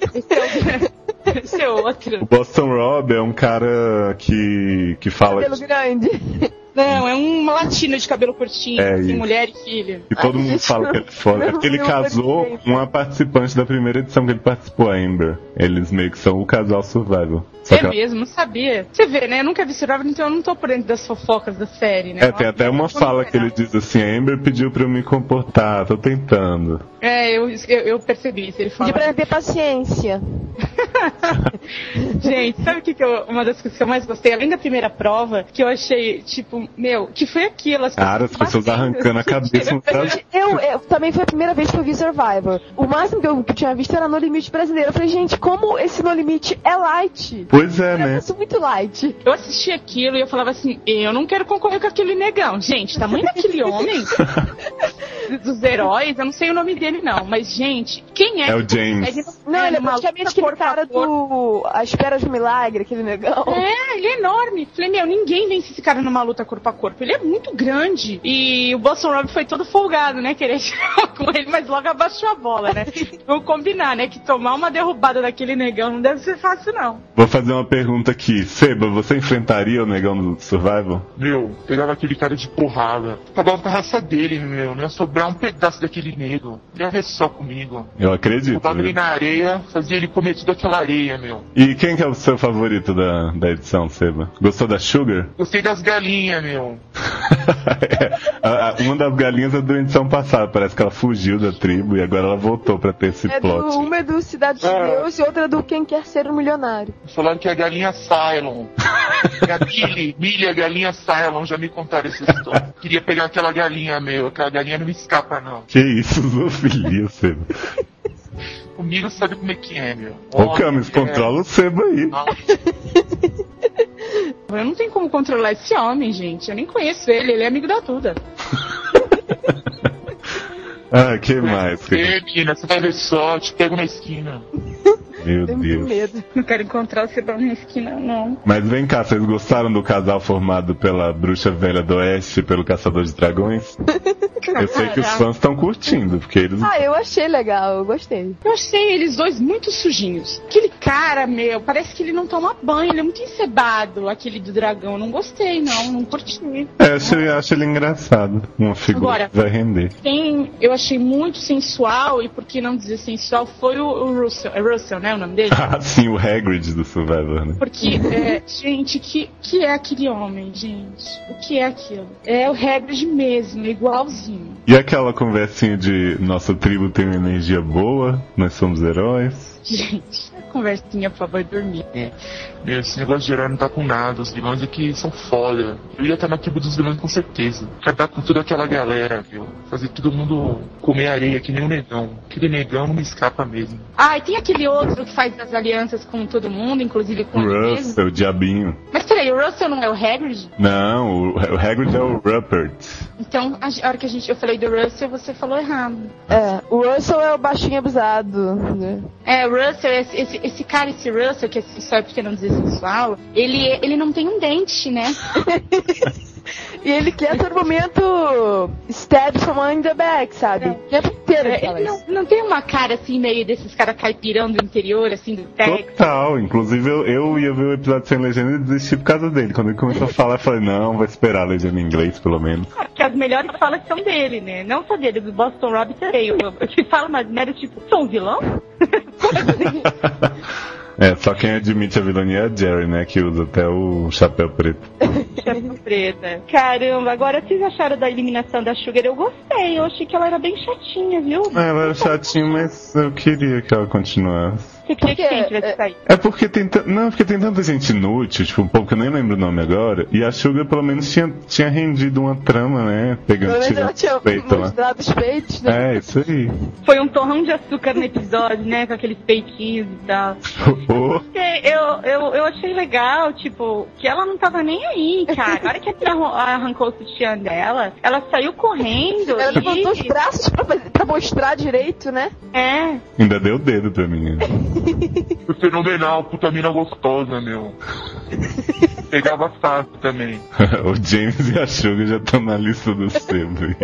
Esse é outro. o Boston Rob é um cara que, que fala Cabelo que, grande. Não, é um latino de cabelo curtinho, É assim, isso. mulher e filho. que todo mundo fala que ele é foda. É porque ele eu casou com uma participante da primeira edição que ele participou, a Amber. Eles meio que são o casal survival. Só É que ela- mesmo, não sabia. Você vê, né? Eu nunca vi Survivor, então eu não tô por dentro das fofocas da série, né? É, tem até uma né? fala que ele diz assim, a Amber pediu pra eu me comportar, tô tentando. É, eu, eu, eu percebi isso. Ele fala. De pra ter paciência. Gente, sabe o que, que eu, uma das coisas que eu mais gostei? Além da primeira prova, que eu achei, tipo, meu, que foi aquilo? As Cara, as pessoas arrancando a cabeça. sabe? Eu, eu- também foi a primeira vez que eu vi Survivor. O máximo que eu, que eu tinha visto era No Limite brasileiro. Eu falei, gente, como esse No Limite é light? Pois é, né? Isso é muito light. Eu assisti aquilo e eu falava assim, eu não quero concorrer com aquele negão. Gente, tamanho daquele homem, dos heróis, eu não sei o nome dele não, mas gente, quem é? É o que James. consegue- Não, ele é uma praticamente luta aquele cara do. A espera de um milagre, aquele negão. É, ele é enorme. Falei, meu, ninguém vence esse cara numa luta corpo a corpo. Ele é muito grande. E o Bolsonaro foi todo folgado, né? Querer tirar com ele, mas logo abaixou a bola, né? Vamos combinar, né? Que tomar uma derrubada daquele negão não deve ser fácil, não. Vou fazer uma pergunta aqui. Seba, você enfrentaria o negão do Survival? Meu, pegava aquele cara de porrada. Acabava com a raça dele, meu. Não ia sobrar um pedaço daquele negro. Ele ia ver só comigo. Eu acredito. Botava ele viu? na areia, fazia ele comer tudo aquela areia, meu. E quem que é o seu favorito da, da edição, Seba? Gostou da Sugar? Gostei das galinhas, meu. A- a- Uma das galinhas é do edição passada, parece que ela fugiu da tribo e agora ela voltou pra ter esse É do, plot. uma é do Cidade de Ah. Deus e outra é do Quem Quer Ser um Milionário. Falaram que é a galinha Cylon. É a Billy, Billy, a galinha Cylon, já me contaram essa história. Queria pegar aquela galinha, meu, aquela galinha não me escapa, não. Que isso, zoofilia, Seba. Comigo sabe como é que é, meu. Ô, Camis, controla o Seba aí. Eu não tenho como controlar esse homem, gente. Eu nem conheço ele, ele é amigo da Duda. Ah, que mais? que- Ei, menina, você vai ver só, te pego na esquina. Meu Deus. medo. Não quero encontrar você pra minha esquina, não. Mas vem cá, vocês gostaram do casal formado pela bruxa velha do oeste e pelo caçador de dragões? Eu sei que os fãs estão curtindo, porque eles. Ah, eu achei legal, eu gostei. Eu achei eles dois muito sujinhos. Aquele cara, meu, parece que ele não toma banho, ele é muito encebado, aquele do dragão. Não gostei, não, não curti. É, eu acho, eu acho ele engraçado. Uma figura Agora- que vai render. Quem eu achei muito sensual, e por que não dizer sensual, foi o, o Russell. É Russell, né? O nome dele? Ah, sim, o Hagrid do Survivor, né? Porque, é, gente, que, que é aquele homem, gente? O que é aquilo? É o Hagrid mesmo, é igualzinho. E aquela conversinha de nossa tribo tem uma energia boa, nós somos heróis. Gente, conversinha pra vai dormir. Meu, esse negócio de herói não tá com nada, os vilões aqui são foda. Eu ia estar na tribo dos vilões com certeza. Acabar com toda aquela galera, viu? Fazer todo mundo comer areia que nem um negão. Aquele negão não me escapa mesmo. Ah, e tem aquele outro que faz as alianças com todo mundo, inclusive com ele mesmo. Russell, o diabinho. Mas peraí, o Russell não é o Hagrid? Não, o, o Hagrid é o Rupert. Então, a, a hora que a gente, eu falei do Russell, você falou errado. É, o Russell é o baixinho abusado, né? É, o Russell, esse, esse, esse cara, esse Russell, que é sensual, porque não dizer sensual, ele, ele não tem um dente, né? E ele quer a todo momento stab someone in the back, sabe? O tempo inteiro ele É, fala ele não, isso. não tem uma cara assim, meio desses caras caipirão do interior, assim, do Texas. Total, inclusive eu, eu ia ver o episódio sem legenda e desisti por causa dele. Quando ele começou a falar, eu falei, não, vai esperar a legenda em inglês, pelo menos. Que as melhores falas são dele, né? Não só dele, do Boston Rob também. Eu, eu te falo mais mero tipo, sou um vilão? É, só quem admite a vilania é a Jerry, né, que usa até o chapéu preto. Chapa preta. Caramba, agora vocês acharam da eliminação da Sugar? Eu gostei, eu achei que ela era bem chatinha, viu? Ah, ela era chatinha, mas eu queria que ela continuasse. Você queria que quem tivesse saído? É porque tem, tan- não, porque tem tanta gente inútil, tipo, um povo que eu nem lembro o nome agora, e a Sugar pelo menos tinha, tinha rendido uma trama, né, pegando Pelo menos tirando ela tinha o peito lá. mostrado os peitos, né? É, isso aí. Foi um torrão de açúcar no episódio, né? Com aqueles peitinhos e tal. Ô, Porque Eu, eu, eu achei legal, tipo, que ela não tava nem aí, cara. Na hora que a Tina arran- arrancou o sutiã dela, ela saiu correndo. Ela e- levantou os braços pra, fazer- pra mostrar direito, né? É. ainda deu o dedo pra menina. Foi fenomenal, puta mina gostosa, meu. Pegava fácil também. o James e a Sugar já estão na lista do sebo. hein?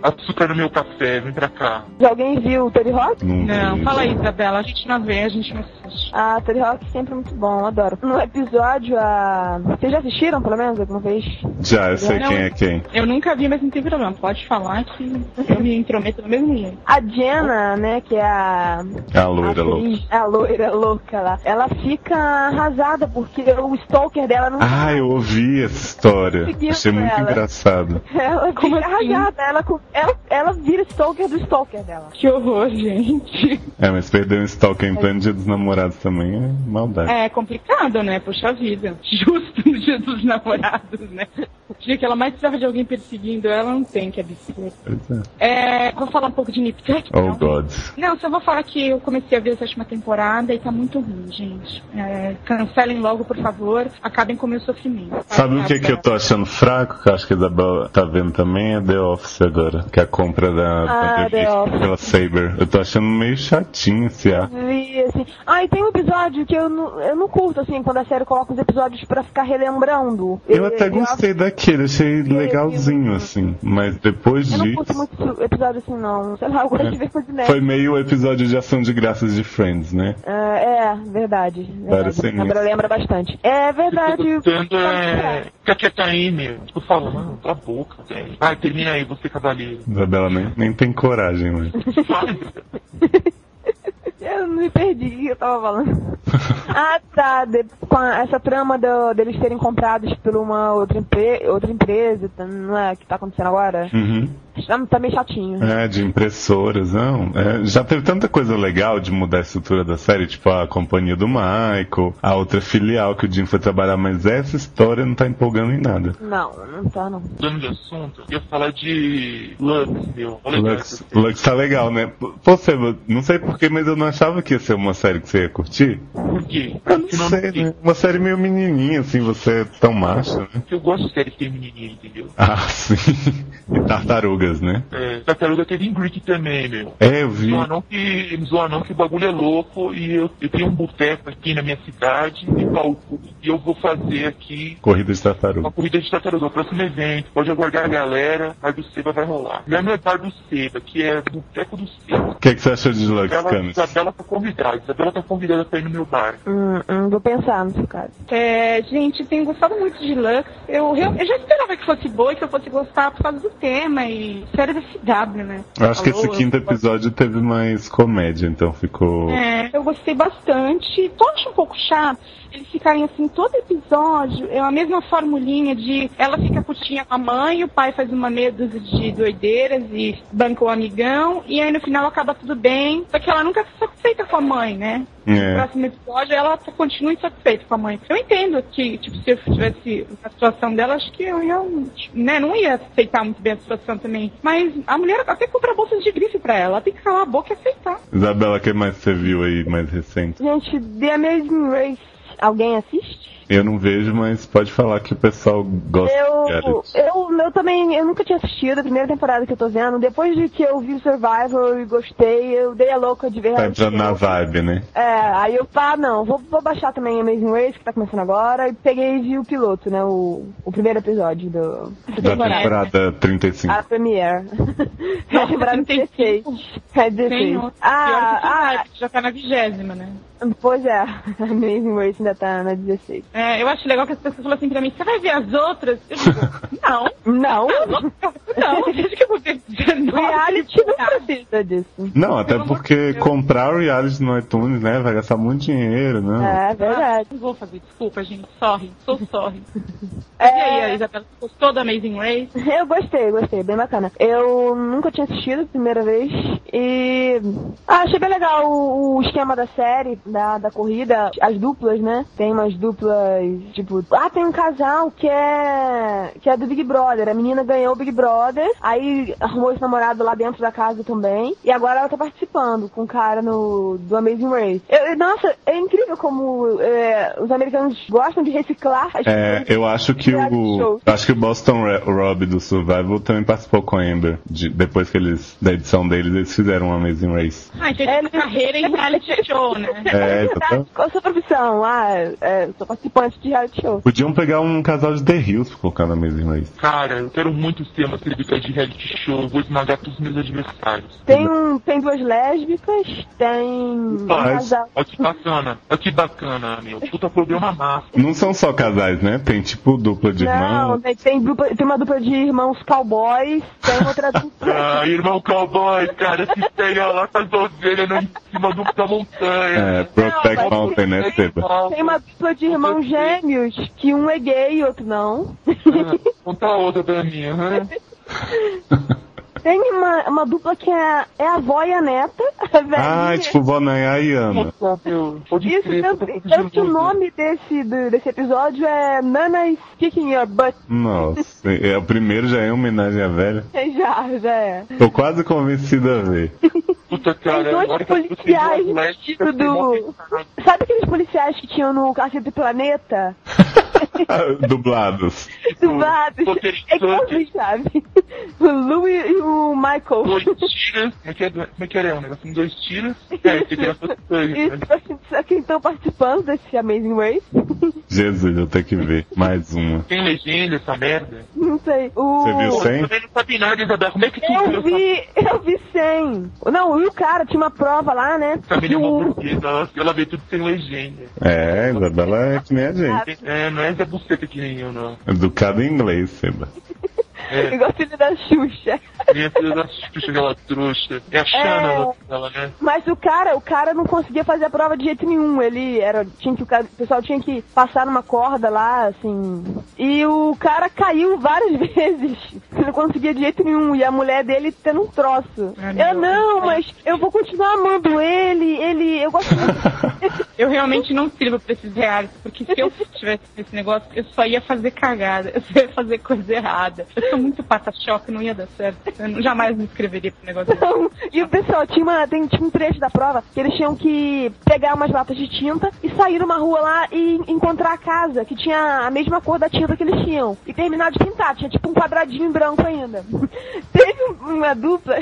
Açúcar no meu café, vem pra cá. Alguém viu o Tony Hawk? Não, Não, vi. fala aí, Isabela. A gente não vê, a gente não assiste. Ah, Tony Hawk sempre muito bom, eu adoro. No episódio, a. Vocês já assistiram, pelo menos, alguma vez? Já, eu sei Não. quem é quem. Eu nunca vi, mas não tem problema. Pode falar que eu me intrometo do mesmo jeito. A Jenna, né, que é a. A loira louca. atriz, A loira louca lá. Ela fica arrasada porque o stalker dela não. Ah, eu ouvi essa história. Seguindo Achei muito ela. engraçado. Ela Como fica assim? arrasada. Ela, co- ela, ela vira stalker do stalker dela. Que horror, gente. É, mas perder um stalker em plano dia dos namorados também é maldade. É complicado, né? Poxa vida. Justo no dia dos namorados, né? O dia que ela mais precisava de alguém perseguindo ela, não tem, que absurdo. Pois é. É, vou falar um pouco de Nip Tuck, Oh, não? God. Não, só vou falar que eu comecei a ver essa última temporada e tá muito ruim, gente. É, cancelem logo, por favor. Acabem com o meu sofrimento. Sabe o que, que eu tô achando fraco, que eu acho que a Isabel tá vendo também, é The Office agora, que é a compra da Ah, da The revista Office. pela Saber. Eu tô achando meio chatinho esse ar. E, assim, ah, e tem um episódio que eu não, eu não curto, assim, quando a série coloca os episódios pra ficar relembrando. Eu até eu- gostei daquele, achei legalzinho, assim. Mas depois é Eu não curto disso, É. muito esse episódio assim, não. Sei lá, eu gosto de ver coisa de nerd. foi meio o episódio de ação de graças de Friends, né? Ah, é, verdade. Parece verdade. ser Lembra, isso. lembra bastante. É verdade. Tanto é. Fica quieta aí, meu. Tô falando, cala a boca, velho. Vai, termina aí, você cavaleiro. Isabela nem, nem tem coragem, né? Vai, Eu eu me perdi o que eu tava falando. ah, tá. de- com a- essa trama do- deles serem comprados por uma outra, empre- outra empresa, tá- não é? Que tá acontecendo agora? Uhum. Tá, tá meio chatinho. É, de impressoras, não. É, já teve tanta coisa legal de mudar a estrutura da série, tipo a companhia do Michael, a outra filial que o Jim foi trabalhar, mas essa história não tá empolgando em nada. Não, não tá não. Mudando de assunto, eu ia falar de Lux, meu. Olha Lux, Lux tá legal, né? P- Pô, Seba, não sei porquê, mas eu não achava que ia ser uma série que você ia curtir. por quê? Eu não sei, né? Uma série meio menininha, assim, você é tão macho, né? Eu gosto de série feminininha, entendeu? Ah, sim. E tartarugas, né? É, Tartaruga teve em Greek também, meu. É, eu vi. Zoa não que, eles zoam não que o bagulho é louco e eu, eu tenho um boteco aqui na minha cidade e pau- e eu vou fazer aqui Corrida de tartaruga. uma corrida de tartaruga, o próximo evento, pode aguardar a galera, a do Seba vai rolar. Minha não é bar do Seba, que é boteco do Seba. O que, é que você achou de Lux, Isabela, Camis? Isabela tá convidada, Isabela tá convidada pra ir no meu bar. É. Hum, hum, vou pensar nesse caso. É, gente, tenho gostado muito de Lux. Eu, real- eu já esperava que fosse boa e que eu fosse gostar por causa do tema e série da CW, né? Eu acho que Falou, esse quinto eu- episódio teve mais comédia, então ficou. É, eu gostei bastante. Só acho um pouco chato eles ficarem assim, todo episódio é a mesma formulinha de ela fica putinha com a mãe, o pai faz uma meia dúzia de doideiras e banca o amigão, e aí no final acaba tudo bem. Só que ela nunca se satisfeita com a mãe, né? No É. próximo episódio ela t- continua insatisfeita com a mãe. Eu entendo que, tipo, se eu tivesse a situação dela, acho que eu ia, né, não ia aceitar muito bem a situação também. Mas a mulher até compra bolsas de grife pra ela, ela tem que calar a boca e aceitar. Isabela, o que mais você viu aí mais recente? Gente, The Amazing Race. Alguém assiste? Eu não vejo, mas pode falar que o pessoal gosta de Eu, reality. eu, eu também, eu nunca tinha assistido a primeira temporada que eu tô vendo. Depois de que eu vi o Survivor e gostei, eu dei a louca de ver Tá reality entrando na vibe, né? É, aí eu, pá, não, vou, vou baixar também Amazing Race, que tá começando agora, e peguei e vi o piloto, né, o, o primeiro episódio do... Da temporada 35. A Premiere. É a temporada 16. É 16. Senhor. Pior que Ah, Survivor, que já tá na vigésima, né? ah, pois é, Amazing Race ainda tá na 16. É, eu acho legal que as pessoas falam assim pra mim, você vai ver as outras? Eu digo, não, Não, não, desde que eu vou ver Ah. 19. reality não precisa disso. Não, até porque comprar o reality no iTunes, né? Vai gastar muito dinheiro, né? É verdade. Ah, Não vou fazer, desculpa, gente, sorry, sou sorry. E aí, a É, Isabela gostou da Amazing Race? eu gostei, gostei, bem bacana. Eu nunca tinha assistido a primeira vez e ah, achei bem legal o, o esquema da série, da, da corrida, as duplas, né? Tem umas duplas, tipo, ah, tem um casal que é que é do Big Brother. A menina ganhou o Big Brother, aí arrumou esse namorado lá dentro da casa também, e agora ela tá participando com o cara no do Amazing Race. Eu- eu- nossa, é incrível como é, os americanos gostam de reciclar as É, eu acho que Reality o. show. Acho que o Boston Re- Rob do Survival também participou com a Amber. de- depois que eles. Da edição deles, eles fizeram uma Amazing Race. Ah, então é, carreira em reality show, né? É, exatamente. Qual a sua profissão? Ah, é, sou participante de reality show. Podiam pegar um casal de The Hills pra colocar na Amazing Race. Cara, eu quero muito ser uma celebridade de reality show, eu vou esmagar todos os meus adversários. Tem, um, tem duas lésbicas, tem um Mas- casal. Olha que bacana, olha que bacana, meu. Puta problema massa. Não são só casais, né? Tem tipo dupla de Não, irmãos. tem, tem, dupla- tem uma dupla de irmãos cowboys, tem outra dupla. Ah, irmão cowboy, cara, se pega lá com as ovelhas no- em cima do, da É, montanha. Protect Não, mas- Mountain, né, Seba? Mal. Tem uma dupla de irmãos gêmeos, que um é gay e outro não. Ah, Conta a outra pra mim, aham. Tem uma, uma dupla que é, é a avó e a neta. A velhinha. Ah, tipo Bonanha e Ana. Nossa, meu, pode Isso, crer, tanto, eu tô tanto que o fugindo. nome desse, do- desse episódio é Nana's Kicking Your Butt. Nossa, é, o primeiro já é uma homenagem à velha. Já, já é. Tô quase convencido a ver. Puta, cara, Tem dois agora que eu trouxe policiais duas lésbicas, vestido eu fiquei mó tipo, do- pensado. Sabe aqueles policiais que tinham no Cacete do Planeta? Ah, Dublados. Dublados. Roteiristas. É igualzinho, sabe? O Lou e o Dois Michael. tiras, como é que é, como é, que é o negócio? Com dois tiras, é, esse aqui era pra sangue, né? Isso, só que estão participando desse Amazing Race. Jesus, eu tenho que ver. Mais uma. Tem legenda essa merda? Não sei. O... Você viu Pô, Tem? eu também não sabe nada, Isabel, como é que tu Eu viu vi, eu vi 100. Não, e o cara tinha uma prova lá, né? essa família Do- uma burguesa? Ela, ela vê tudo sem legenda. É, Isabela é que nem a gente. É, não é Zé Buceta que nem eu, não. Educado em inglês, Seba. É. Igual filho da Xuxa. Minha filha não assiste aquela trouxa. É a Xana ela- ela, né? Mas o cara, o cara não conseguia fazer a prova de jeito nenhum. Ele era. Tinha que, o, cara- o pessoal tinha que passar numa corda lá, assim. E o cara caiu várias vezes. Ele não conseguia de jeito nenhum. E a mulher dele tendo um troço. eu não, mas eu vou continuar amando ele. Ele. Eu gosto Eu realmente não sirvo pra esses reais, porque se eu tivesse esse negócio, eu só ia fazer cagada, eu só ia fazer coisa errada. Eu sou muito pata-choque, não ia dar certo. Eu não- jamais me inscreveria pro negócio desse. Então, e o pessoal, tinha, uma, tem, tinha um trecho da prova que eles tinham que pegar umas latas de tinta e sair numa rua lá e encontrar a casa, que tinha a mesma cor da tinta que eles tinham. E terminar de pintar, tinha tipo um quadradinho branco ainda. Teve um- uma dupla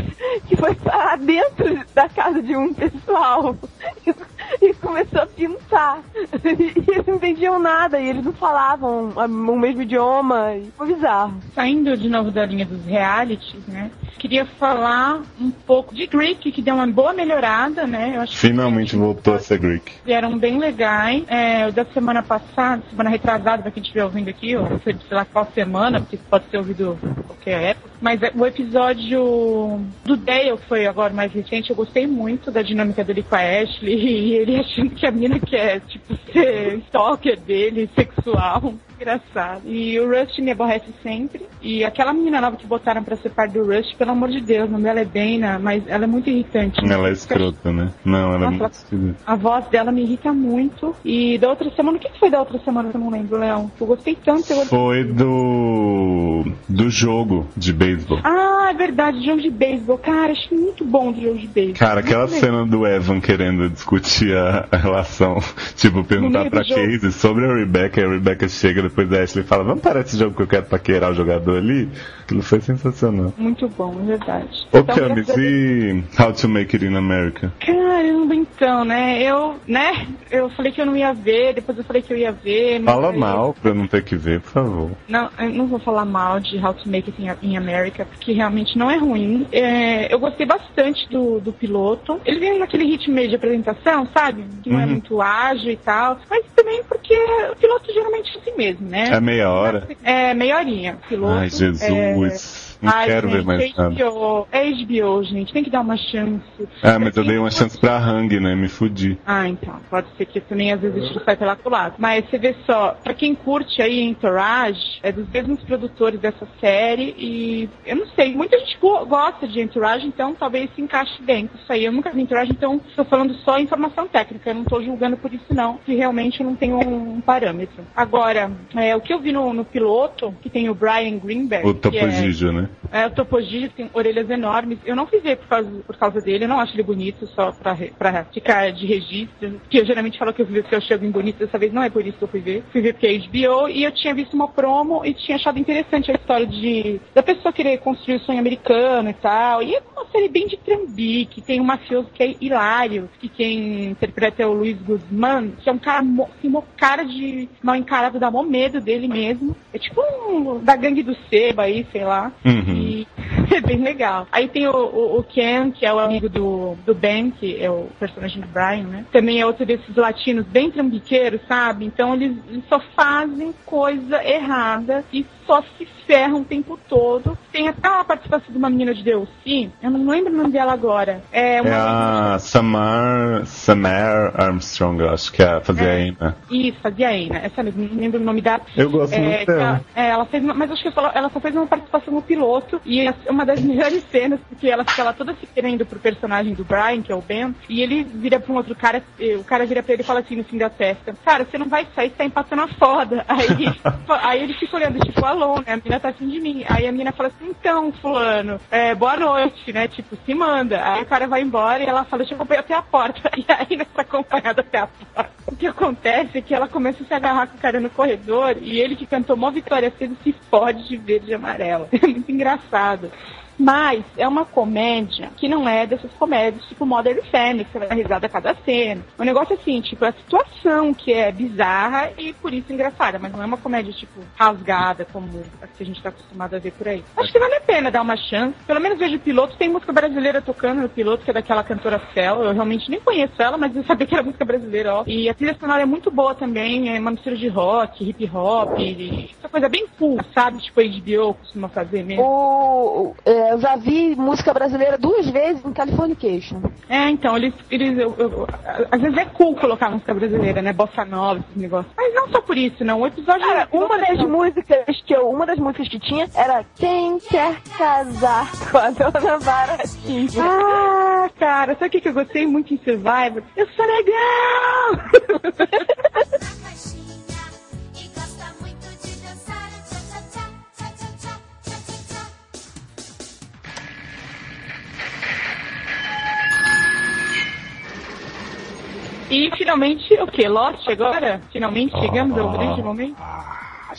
que foi parar dentro da casa de um pessoal e, e começou a pintar. E eles não entendiam nada, e eles não falavam a- o mesmo idioma. E foi bizarro. Saindo de novo da linha dos realities, né? Queria falar um pouco de Greek, que deu uma boa melhorada, né? Eu acho Finalmente voltou a ser Greek. que eram bem legais. É, o da semana passada, semana retrasada, pra quem estiver ouvindo aqui, ou sei sei lá qual semana, porque pode ser ouvido qualquer época. Mas é, o episódio do Dale, que foi agora mais recente, eu gostei muito da dinâmica dele com a Ashley, e ele achando que a mina quer, tipo, ser stalker dele, sexual. Engraçado. E o Rust me aborrece sempre. E aquela menina nova que botaram pra ser parte do Rust, pelo amor de Deus, o nome dela é Dana, mas ela é muito irritante. Ela é escrota, né? Não, ela é muito esquisita. A voz dela me irrita muito. E da outra semana, o que que foi da outra semana que eu não lembro, Leão? Eu gostei tanto. Eu... Foi do. do jogo de beisebol. Ah, é verdade, jogo de beisebol. Cara, achei muito bom do jogo de beisebol. Cara, aquela Muito cena do Evan querendo discutir a, a relação, tipo, perguntar meio do pra jogo. Casey sobre a Rebecca, e a Rebecca chega depois da Ashley e fala, vamos parar esse jogo que eu quero paquerar o jogador ali? Aquilo foi sensacional. legal. Muito bom, é né? verdade. Ô, Então, Camis, e How to Make It in America? Caramba, então, né? Eu, né? Eu falei que eu não ia ver, depois eu falei que eu ia ver. mas Fala aí- mal pra eu não ter que ver, por favor. Não, eu não vou falar mal de How to Make It in, in America, porque realmente não é ruim. É, eu gostei bastante do, do piloto. Ele vem naquele ritmo meio de apresentação, sabe? Que não é Uhum. muito ágil e tal. Mas também porque o piloto geralmente é assim mesmo, né? É meia hora? É, meia horinha. o Piloto, é, Ai, Jesus. Não Ai, quero ver gente, mais é nada. HBO, é HBO, gente. Tem que dar uma chance. Ah, é mas eu dei uma chance pra Hang, né? Me fudi. Ah, então. Pode ser que também às vezes o tiro sai pela culatra. Mas você vê só, pra quem curte aí Entourage, é dos mesmos produtores dessa série e eu não sei, muita gente go- gosta de Entourage, então talvez se encaixe bem com isso aí. Eu nunca vi Entourage, então estou falando só informação técnica, eu não estou julgando por isso não, que realmente eu não tenho um parâmetro. Agora, é, o que eu vi no, no piloto, que tem o Brian Greenberg, O que é, Topogijo, né? é, o Topogígio tem orelhas enormes. Eu não fui ver por causa, por causa dele, eu não acho ele bonito, só pra, re- pra ficar de registro. Que eu geralmente falo que eu fui ver porque eu achei alguém bonito, dessa vez não é por isso que eu fui ver. Fui ver porque é HBO e eu tinha visto uma promo e tinha achado interessante a história de da pessoa querer construir o sonho americano e tal. E é uma série bem de trambique, tem um mafioso que é hilário, que quem interpreta é o Luiz Guzmán, que é um cara, mo- assim, uma cara de mal encarado, dá mó medo dele mesmo. É tipo um da gangue do Seba aí, sei lá. Uhum. E é bem legal. Aí tem o, o, o Ken, que é o amigo do, do Ben, que é o personagem do Brian, né? Também é outro desses latinos bem trambiqueiros, sabe? Então eles, eles só fazem coisa errada e só se ferram o tempo todo. Tem até uma participação de uma menina de Deus, sim. Eu não lembro o nome dela agora. É uma É a Samar, Samar Armstrong, eu acho que é a fazer a Emma. Isso, a Diana, essa mesmo, não lembro o nome da. Eu gosto É, muito que Ela, dela. é, ela fez, uma- mas acho que ela, ela só fez uma participação no piloto e é uma das melhores cenas porque ela fica lá toda se querendo pro personagem do Brian, que é o Ben, e ele vira pra um outro cara, eh, o cara vira pra ele e fala assim no fim da festa: "Cara, você não vai sair, você tá empatando a foda". Aí, aí ele fica olhando tipo, "Alô, né? A menina tá afim de mim". Aí a menina fala assim: "Então, fulano, é, boa noite, né? Tipo, se manda". Aí o cara vai embora e ela fala: "Deixa eu acompanhar até a porta". E aí nessa acompanhada até a porta, o que acontece é que ela começa a se agarrar com o cara no corredor e ele que cantou mó vitória cedo se fode de verde e amarelo. É muito engraçado. Mas é uma comédia que não é dessas comédias tipo Modern Family, que você vai dar risada a cada cena. O negócio é assim, tipo, é a situação que é bizarra e por isso engraçada, mas não é uma comédia, tipo, rasgada, como as que a gente tá acostumado a ver por aí. Acho que vale a pena dar uma chance. Pelo menos vejo o piloto, tem música brasileira tocando no piloto, que é daquela cantora Cell. Eu realmente nem conheço ela, mas eu sabia que era música brasileira, ó. E a trilha sonora é muito boa também, é uma mistura de rock, hip hop, e- essa coisa bem cool, sabe? Tipo, a HBO costuma fazer mesmo. O, o- é, É, eu já vi música brasileira duas vezes em Californication. É, então, eles. eles eu, eu- às vezes é cool colocar música brasileira, né? Bossa nova, esses negócios. Mas não só por isso, não. O episódio. Cara, uma das músicas que eu, uma das músicas que tinha era Quem Quer Casar com a Dona Baratinha. Ah, cara, sabe o que que eu gostei muito em Survivor? Eu sou legal! E finalmente, o quê? Lost agora? Finalmente chegamos ao grande momento?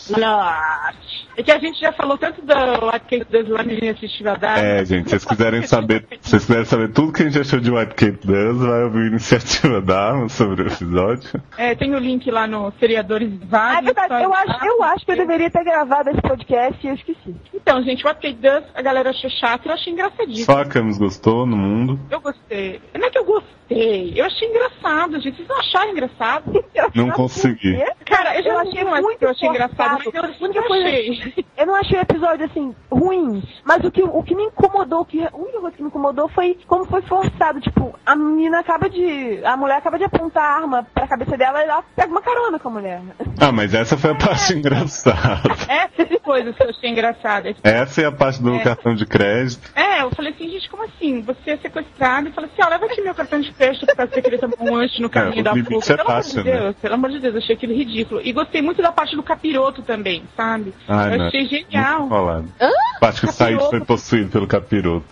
Lost! É que a gente já falou tanto do Arcade das Laminas Festival da É, gente, se vocês quiserem saber, se vocês quiserem saber tudo que a gente achou de White Cape Dance, vai ouvir a iniciativa da Arma sobre o episódio. É, tem o link lá no Seriadores Vários. É verdade, eu acho, eu acho que eu deveria ter gravado esse podcast e eu esqueci. Então, gente, o Update Dance, a galera achou chato, eu achei engraçadíssimo. Só a Camus gostou no mundo. Eu gostei. Não é que eu gostei, eu achei engraçado, gente. Vocês não acharam engraçado? Não consegui. Cara, eu já Eu não achei achei mais que eu achei muito engraçado, mas eu forçado. nunca Coisa- achei. Eu não achei o episódio assim ruim, mas o que, o que me incomodou, o que, a única coisa que me incomodou foi como foi forçado. Tipo, a menina acaba de. A mulher acaba de apontar a arma pra cabeça dela e ela pega uma carona com a mulher. Ah, mas essa foi a É. parte engraçada. Essas coisas é que eu achei engraçada. Essa é a parte do É. cartão de crédito. É, eu falei assim, gente, como assim? Você é sequestrado e fala assim, ó, leva aqui meu cartão de crédito pra você querer tomar um lanche no caminho É, o da limite fuga. é Pelo fácil, amor de Deus, pelo amor de Deus, eu achei aquilo ridículo. E gostei muito da parte do capiroto também, sabe? Ai, eu Ah, não. Muito achei genial falado. A parte que o Said foi possuído pelo capiroto.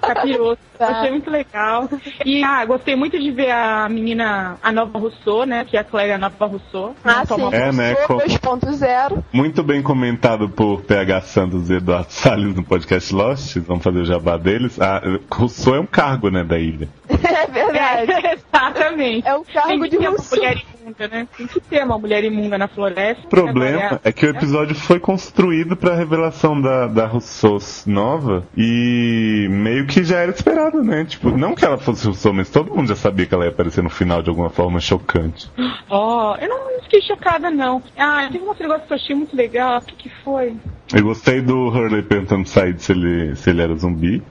capiroto. Tá. Eu Achei muito legal. E ah, gostei muito de ver a menina, a nova Rousseau, né? Que é a Claire, a nova Rousseau. Ah, Tomou- sim. É, né, Sou como- 2.0. Muito bem comentado por PH Santos e Eduardo Salles no podcast Lost. Vamos fazer o jabá deles. Ah, Rousseau é um cargo, né, da ilha. É verdade. É, exatamente. É o Tem cargo que de ter uma Russo. mulher imunda, né? Tem que ter uma mulher imunda na floresta. O problema é que o episódio foi construído pra revelação da, da Rousseau nova e meio que já era esperado, né? Tipo, não que ela fosse Rousseau, mas todo mundo já sabia que ela ia aparecer no final de alguma forma chocante. Ó, eu não fiquei chocada, não. Ah, teve um outro negócio que eu achei muito legal. O que, que foi? Eu gostei do Hurley perguntando pro Said se ele, se ele era zumbi.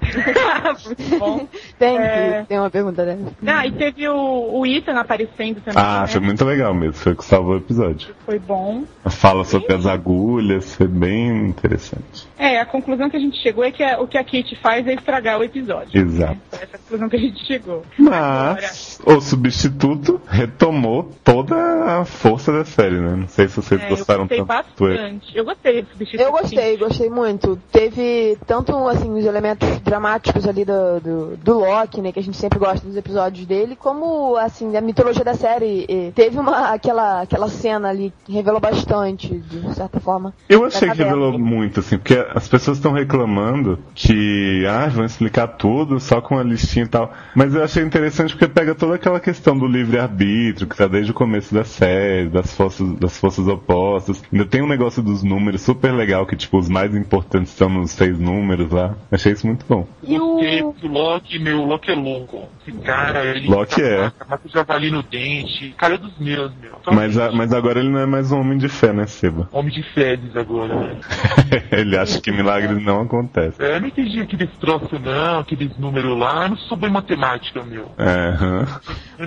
muito bom. Tem, É. que tem uma pergunta né? dessa. Ah, e teve o, o Ethan aparecendo também. Ah, né? foi muito legal mesmo, foi o que salvou o episódio. Foi bom. A fala sobre as agulhas foi bem interessante. É, a conclusão que a gente chegou é que a- o que a Kate faz é estragar o episódio. Exato. Foi essa é a conclusão que a gente chegou. Mas o substituto retomou toda a força da série, né? Não sei se vocês É, eu gostaram gostei bastante. Eu gostei do substituto. Eu gostei, gostei muito. Teve tanto assim os elementos dramáticos ali do, do, do Loki, né, que a gente sempre gosta dos episódios dele, como assim a mitologia da série. eh, Teve uma aquela aquela cena ali que revelou bastante, de certa forma. Eu achei Da que revelou tabela. muito, assim, porque as pessoas estão reclamando que, ah, vão explicar tudo só com a listinha e tal. Mas eu achei interessante porque pega toda aquela questão do livre-arbítrio, que tá desde o começo da série, das forças, das forças opostas. Ainda tem um negócio dos números super legal, que, tipo, os mais importantes estão nos seis números lá. Achei isso muito bom. E o Porque o Loki, meu, o Loki é louco. Esse cara, ele. Loki é. Mata o javali tá no dente. Cara é dos meus, meu. Então, Mas, a- mas agora ele não é mais um homem de fé, né, Seba? Homem de fezes agora, né? ele acha que milagres não acontecem. É, eu não entendi aqueles troços, não, aqueles números lá. Eu não sou bem matemática, meu. é É,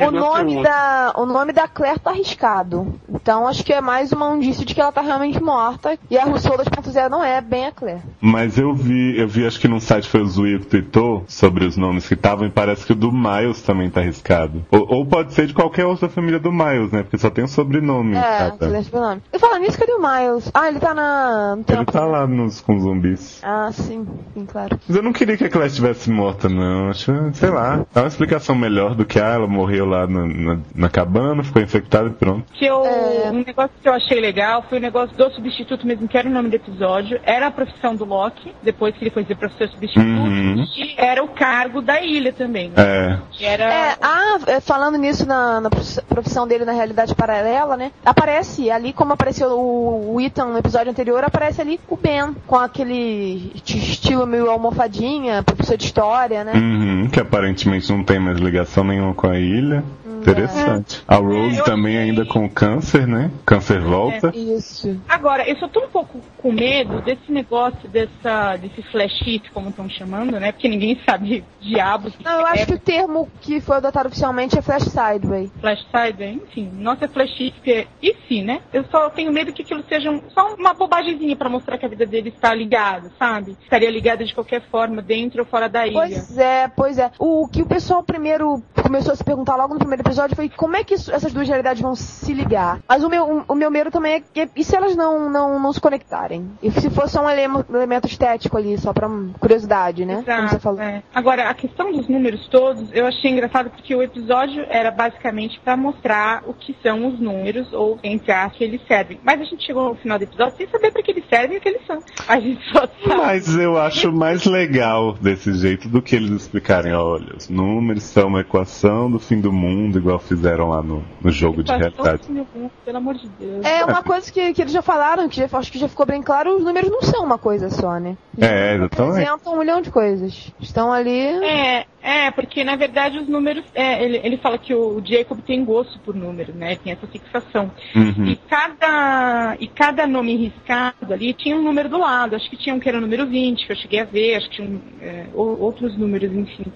aham. o nome da o nome da Claire tá arriscado. Então acho que é mais um indício de que ela tá realmente morta e a Rousseau 2.0 não é bem a Claire. Mas eu vi, eu vi, acho que num site foi o Zuil que tweetou sobre os nomes que estavam e parece que o do Miles também tá arriscado. Ou, ou pode ser de qualquer outra família do Miles, né? Porque só tem o sobrenome. É, cada. silêncio pelo nome. E falando nisso, cadê o Miles? Ah, ele tá na. no Ele trampo. tá lá nos, com os zumbis. Ah, sim, sim, claro. Mas eu não queria que a Claire estivesse morta, não. Acho, sei lá. Dá uma explicação melhor do que ah, ela morreu lá na, na, na cabana, ficou infectada e pronto. que eu, É. um negócio que eu achei legal foi o negócio do substituto mesmo, que era o nome do episódio, era a profissão do Loki, depois que ele foi ser professor substituto, Uhum. e era o cargo da ilha também, né? É. que era... É, ah, é, falando nisso na, na profi- profissão dele na realidade paralela, né? Aparece ali, como apareceu o, o Ethan no episódio anterior, aparece ali o Ben, com aquele t- estilo meio almofadinha, professor de história, né? Uhum, que aparentemente não tem mais ligação nenhuma com a ilha. Interessante. A Rose também ainda com câncer, né? Câncer volta. Isso. É. Agora, eu só tô um pouco com medo desse negócio, dessa, desse flash hit, como estão chamando, né? Porque ninguém sabe diabo o que Não, eu acho é que o termo que foi adotado oficialmente é Flash Sideway. flash side, enfim. Nossa, é flash hit, porque- e sim, né? Eu só tenho medo que aquilo seja um- só uma bobagemzinha pra mostrar que a vida dele está ligada, sabe? Estaria ligada de qualquer forma, dentro ou fora da ilha. Pois é, pois é. O que o pessoal primeiro começou a se perguntar logo no primeiro episódio foi como é que isso- essas duas realidades vão se ligar. Mas o meu, o meu medo também é que e se elas não, não, não se conectarem? E se fosse só um elemo- elemento estético ali, só pra hum, curiosidade, né? Como você falou. É. Agora, a questão dos números todos, eu achei engraçado porque o episódio era basicamente para mostrar o que são os números ou entre as que eles servem. Mas a gente chegou no final do episódio sem saber para que eles servem e o que eles são. A gente só sabe. Mas eu acho mais legal desse jeito do que eles explicarem, olha, os números são uma equação do fim do mundo, igual fizeram lá no, no jogo de Passou realidade. assim, meu Deus, Pelo amor de Deus. É uma coisa que, que eles já falaram, que já, acho que já ficou bem claro, os números não são uma coisa só, né? É, exatamente. Representam um milhão de coisas. Estão ali. É, é, porque na verdade os números. é, ele, ele fala que o Jacob tem gosto por números, né? Tem essa fixação. Uhum. E, cada, e cada nome riscado ali tinha um número do lado. Acho que tinha um que era o número 20, que eu cheguei a ver, acho que tinha um, é, ou- outros números, enfim.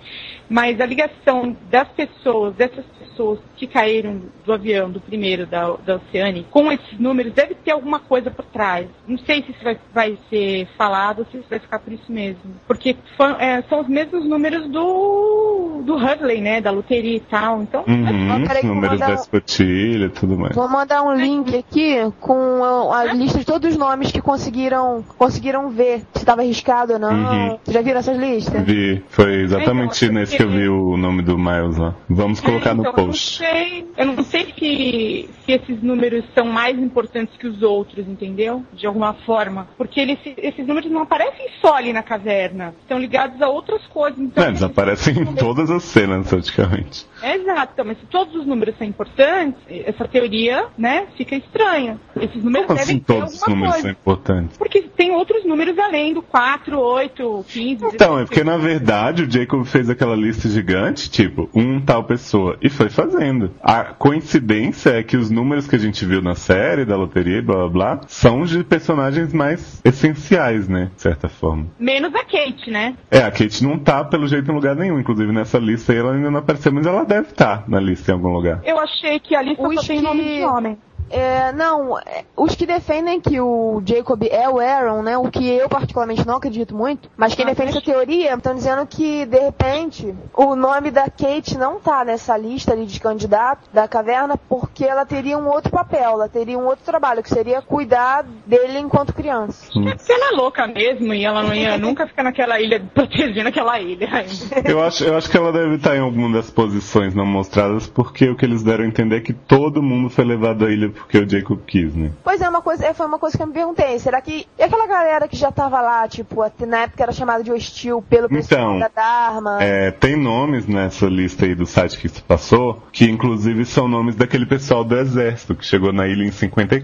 Mas a ligação das pessoas, dessas pessoas que caíram do avião, do primeiro, da, da Oceane, com esses números, deve ter alguma coisa por trás. Não sei se isso vai, vai ser falado ou se isso vai ficar por isso mesmo. Porque fã- é, são os mesmos números do, do Hudley, né? Da loteria e tal. Então, Uhum, Peraí que eu vou números mandar da um- escotilha e tudo mais. Vou mandar um link aqui com a, a lista de todos os nomes que conseguiram conseguiram ver se estava arriscado ou não. Uhum. Já viram essas listas? Vi, foi exatamente Então, nesse que eu vi o nome do Miles lá. Vamos colocar no Então, post. Eu não sei, eu não sei que, se esses números são mais importantes que os outros, entendeu? De alguma forma. Porque eles, esses números não aparecem só ali na caverna. Estão ligados a outras coisas. Então, Não, É, eles aparecem em todas as cenas, praticamente. Exato. Então, mas se todos os números são importantes, essa teoria, né, fica estranha. Esses números Como devem assim ter todos os alguma números coisa. são importantes? Porque tem outros números além do 4, 8, 15, Então, é porque na verdade o Jacob fez aquela lista gigante, tipo, um tal pessoa, e foi fazendo. A coincidência é que os números que a gente viu na série, da loteria e blá blá blá, são os de personagens mais essenciais, né? De certa forma. menos a Kate, né? É, a Kate não tá pelo jeito em lugar nenhum, inclusive nessa lista aí ela ainda não apareceu, mas ela deve estar na lista em algum lugar. Eu achei que ali só, Os só tem que- nome de homem. É, não, é, os que defendem que o Jacob é o Aaron, né? O que eu particularmente não acredito muito, mas quem Ah, defende mas- essa teoria estão dizendo que, de repente, o nome da Kate não tá nessa lista ali de candidato da caverna porque ela teria um outro papel, ela teria um outro trabalho, que seria cuidar dele enquanto criança. Hum. É porque ela é louca mesmo e ela não ia nunca ficar naquela ilha, protegendo aquela ilha ainda. Eu acho, eu acho que ela deve estar em alguma das posições não mostradas, porque o que eles deram a entender é que todo mundo foi levado à ilha porque o Jacob quis, né? Pois é, uma coisa, é, foi uma coisa que eu me perguntei. Será que. E aquela galera que já tava lá, tipo, até na época era chamada de hostil pelo pessoal Então, da Dharma? É, tem nomes nessa lista aí do site que isso passou, que inclusive são nomes daquele pessoal do exército, que chegou na ilha em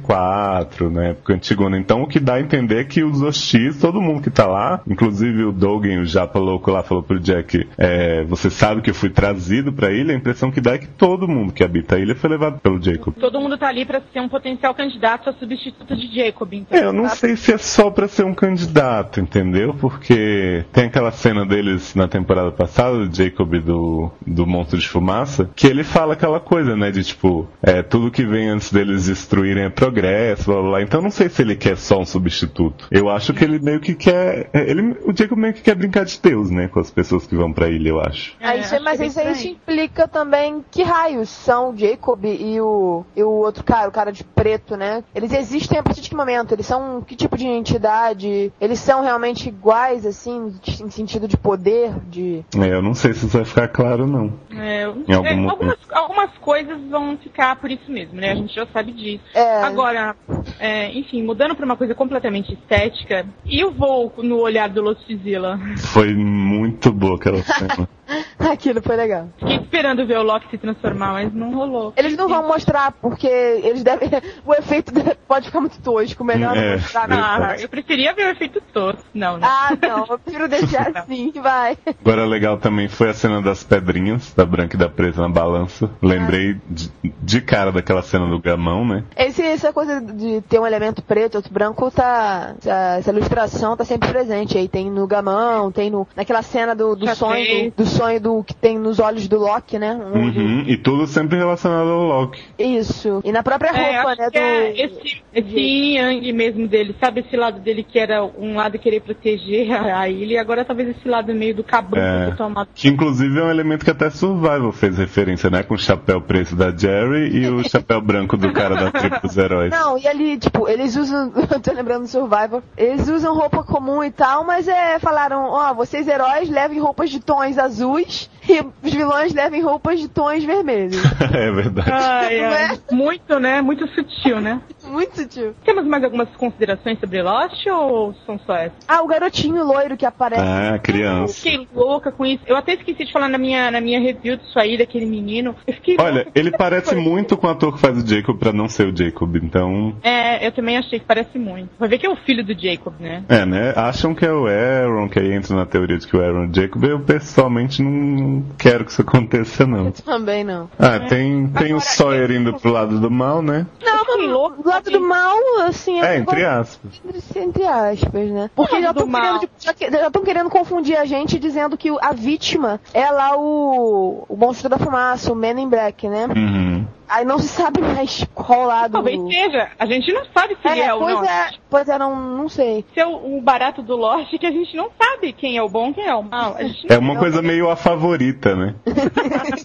54, na né, época antigona. Então o que dá a entender é que os hostis, todo mundo que tá lá, inclusive o Dogen, o japa louco lá, falou pro Jack, é, você sabe que eu fui trazido pra ilha? A impressão que dá é que todo mundo que habita a ilha foi levado pelo Jacob. Todo mundo tá ali pra ser um potencial candidato a substituto de Jacob. Então, É, eu não sei se é só pra ser um candidato, entendeu? Porque tem aquela cena deles na temporada passada, do Jacob e do, do Monstro de Fumaça, que ele fala aquela coisa, né? De tipo, é, tudo que vem antes deles destruírem é progresso, blá blá blá. Então eu não sei se ele quer só um substituto. Eu acho que ele meio que quer. é, Ele, o Jacob meio que quer brincar de Deus, né? Com as pessoas que vão pra ilha, eu acho. Aí É, isso- acho mas que é isso, bem isso estranho. implica também que raios são o Jacob e o, e o outro cara, o cara de preto, né? Eles existem a partir de que momento? Eles são que tipo de entidade? Eles são realmente iguais, assim, de- em sentido de poder? De... É, eu não sei se isso vai ficar claro, não. é, eu- Em algum é, momento. algumas, algumas coisas vão ficar por isso mesmo, né? A gente já sabe disso. É. Agora, é, enfim, mudando pra uma coisa completamente estética, e o voo no olhar do Lotzilla? Foi muito boa aquela cena. Aquilo foi legal. Fiquei esperando ver o Loki se transformar, mas não rolou. Eles não vão mostrar, porque eles devem. O efeito de- pode ficar muito tosco, melhor não É, mostrar Ah, nada. eu preferia ver o efeito tosco. Não, né? Ah, não, eu prefiro deixar assim, vai. Agora legal também foi a cena das pedrinhas, da branca e da presa na balança. Lembrei de, de cara daquela cena do gamão, né? Esse, essa coisa de ter um elemento preto, outro branco, tá. Essa, essa ilustração tá sempre presente aí. Tem no Gamão, tem no, naquela cena do, do Já sonho, tem. do, do sonho do que tem nos olhos do Loki, né? Um- Uhum, e tudo sempre relacionado ao Loki. Isso. E na própria É, roupa, acho né? que Do... é esse, esse yin yang mesmo dele, sabe? Esse lado dele que era um lado querer proteger a a ilha, e agora talvez esse lado meio do cabrão É. que tomado. Que inclusive é um elemento que até Survival fez referência, né? Com o chapéu preto da Jerry e o chapéu branco do cara da tribo dos heróis. Não, e ali, tipo, eles usam. Eu tô lembrando do Survivor. Eles usam roupa comum e tal, mas é. Falaram, ó, vocês heróis levem roupas de tons azuis e os vilões levem roupas de tons vermelhos. é verdade. Ai, ai. Muito, né? Muito sutil, né? Muito sutil. Temos mais algumas considerações sobre Lost ou são só essas? Ah, o garotinho loiro que aparece. Ah, criança. Fiquei louca com isso. Eu até esqueci de falar na minha, na minha review disso aí, daquele menino. Eu fiquei Olha, ele parece muito com o ator que faz o Jacob pra não ser o Jacob, então. É, eu também achei que parece muito. Vai ver que é o filho do Jacob, né? É, né? Acham que é o Aaron, que aí entra na teoria de que o Aaron é o Jacob. Eu pessoalmente não quero que isso aconteça, não. Também não. Ah, tem, tem o Sawyer indo pro lado do mal, né? Não, mas do lado do mal, assim, É, um entre negócio- aspas. entre aspas, né? Porque Lado já do estão mal. querendo, tipo, já que- já tão querendo confundir a gente dizendo que o- a vítima é lá o, o monstro da fumaça, o Man in Black, né? Uhum. Aí não se sabe mais qual lado. Talvez seja. A gente não sabe se É, ele é, ou pois não. é, pois é, não, não sei. Esse é o, o barato do Lost que a gente não sabe quem é o bom quem é o mal. A gente É uma coisa meio a favorita, né?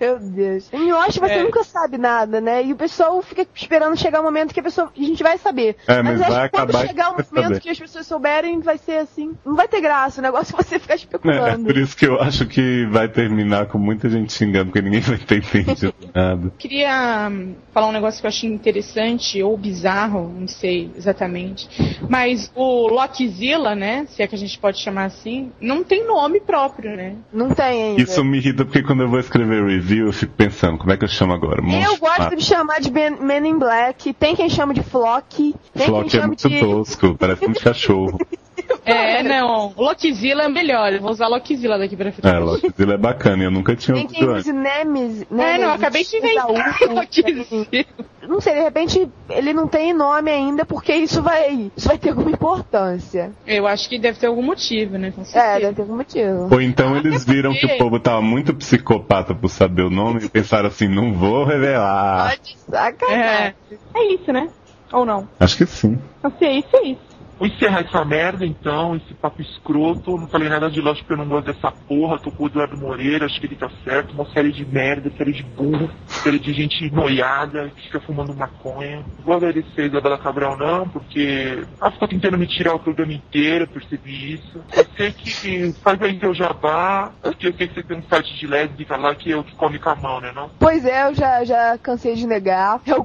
Meu Deus. Em Lost você É. nunca sabe nada, né? E o pessoal fica esperando chegar o momento que a pessoa. A gente vai saber. É, mas eu acho vai que quando acabar que chegar o vai momento saber. que as pessoas souberem, vai ser assim. Não vai ter graça. O negócio é você ficar É, é especulando. por isso que eu acho que vai terminar com muita gente xingando, porque ninguém vai ter entendido nada. Queria hum, falar um negócio que eu achei interessante ou bizarro, não sei exatamente. Mas o Lockzilla, né? Se é que a gente pode chamar assim, não tem nome próprio, né? Não tem ainda. Isso me irrita porque quando eu vou escrever review, eu fico pensando, como é que eu chamo agora? Eu gosto de chamar de Ben- Men in Black. Tem quem chama de Flock. Tem Flock quem é chama muito de. tosco, parece um cachorro. É, não. Lockzilla é melhor. Eu vou usar Lockzilla daqui pra frente. É, Lockzilla é bacana, eu nunca tinha Tem quem ouvido chama antes. de Nemes. É, não, eu acabei de inventar o Lockzilla. Não sei, de repente ele não tem nome ainda porque isso vai, isso vai ter alguma importância. Eu acho que deve ter algum motivo, né? Com É, certeza. deve ter algum motivo. Ou então eles viram que o povo tava muito psicopata por saber o nome e pensaram assim, não vou revelar. Sacanagem. É isso, né? Ou não? Acho que sim. Então, se é isso, é isso. Vou encerrar essa merda então, esse papo escroto. Não falei nada de lógico porque eu não gosto dessa porra. Tô com o Eduardo Moreira, acho que ele tá certo. Uma série de merda, série de burro, série de gente noiada que fica fumando maconha. Não Vou agradecer a Isabela Cabral não, porque ela ficou tentando me tirar o programa inteiro, eu percebi isso. Eu sei que faz aí teu jabá, porque eu sei que você tem um site de lésbica lá que eu que come com a mão, né não? Pois é, eu já, já cansei de negar. É o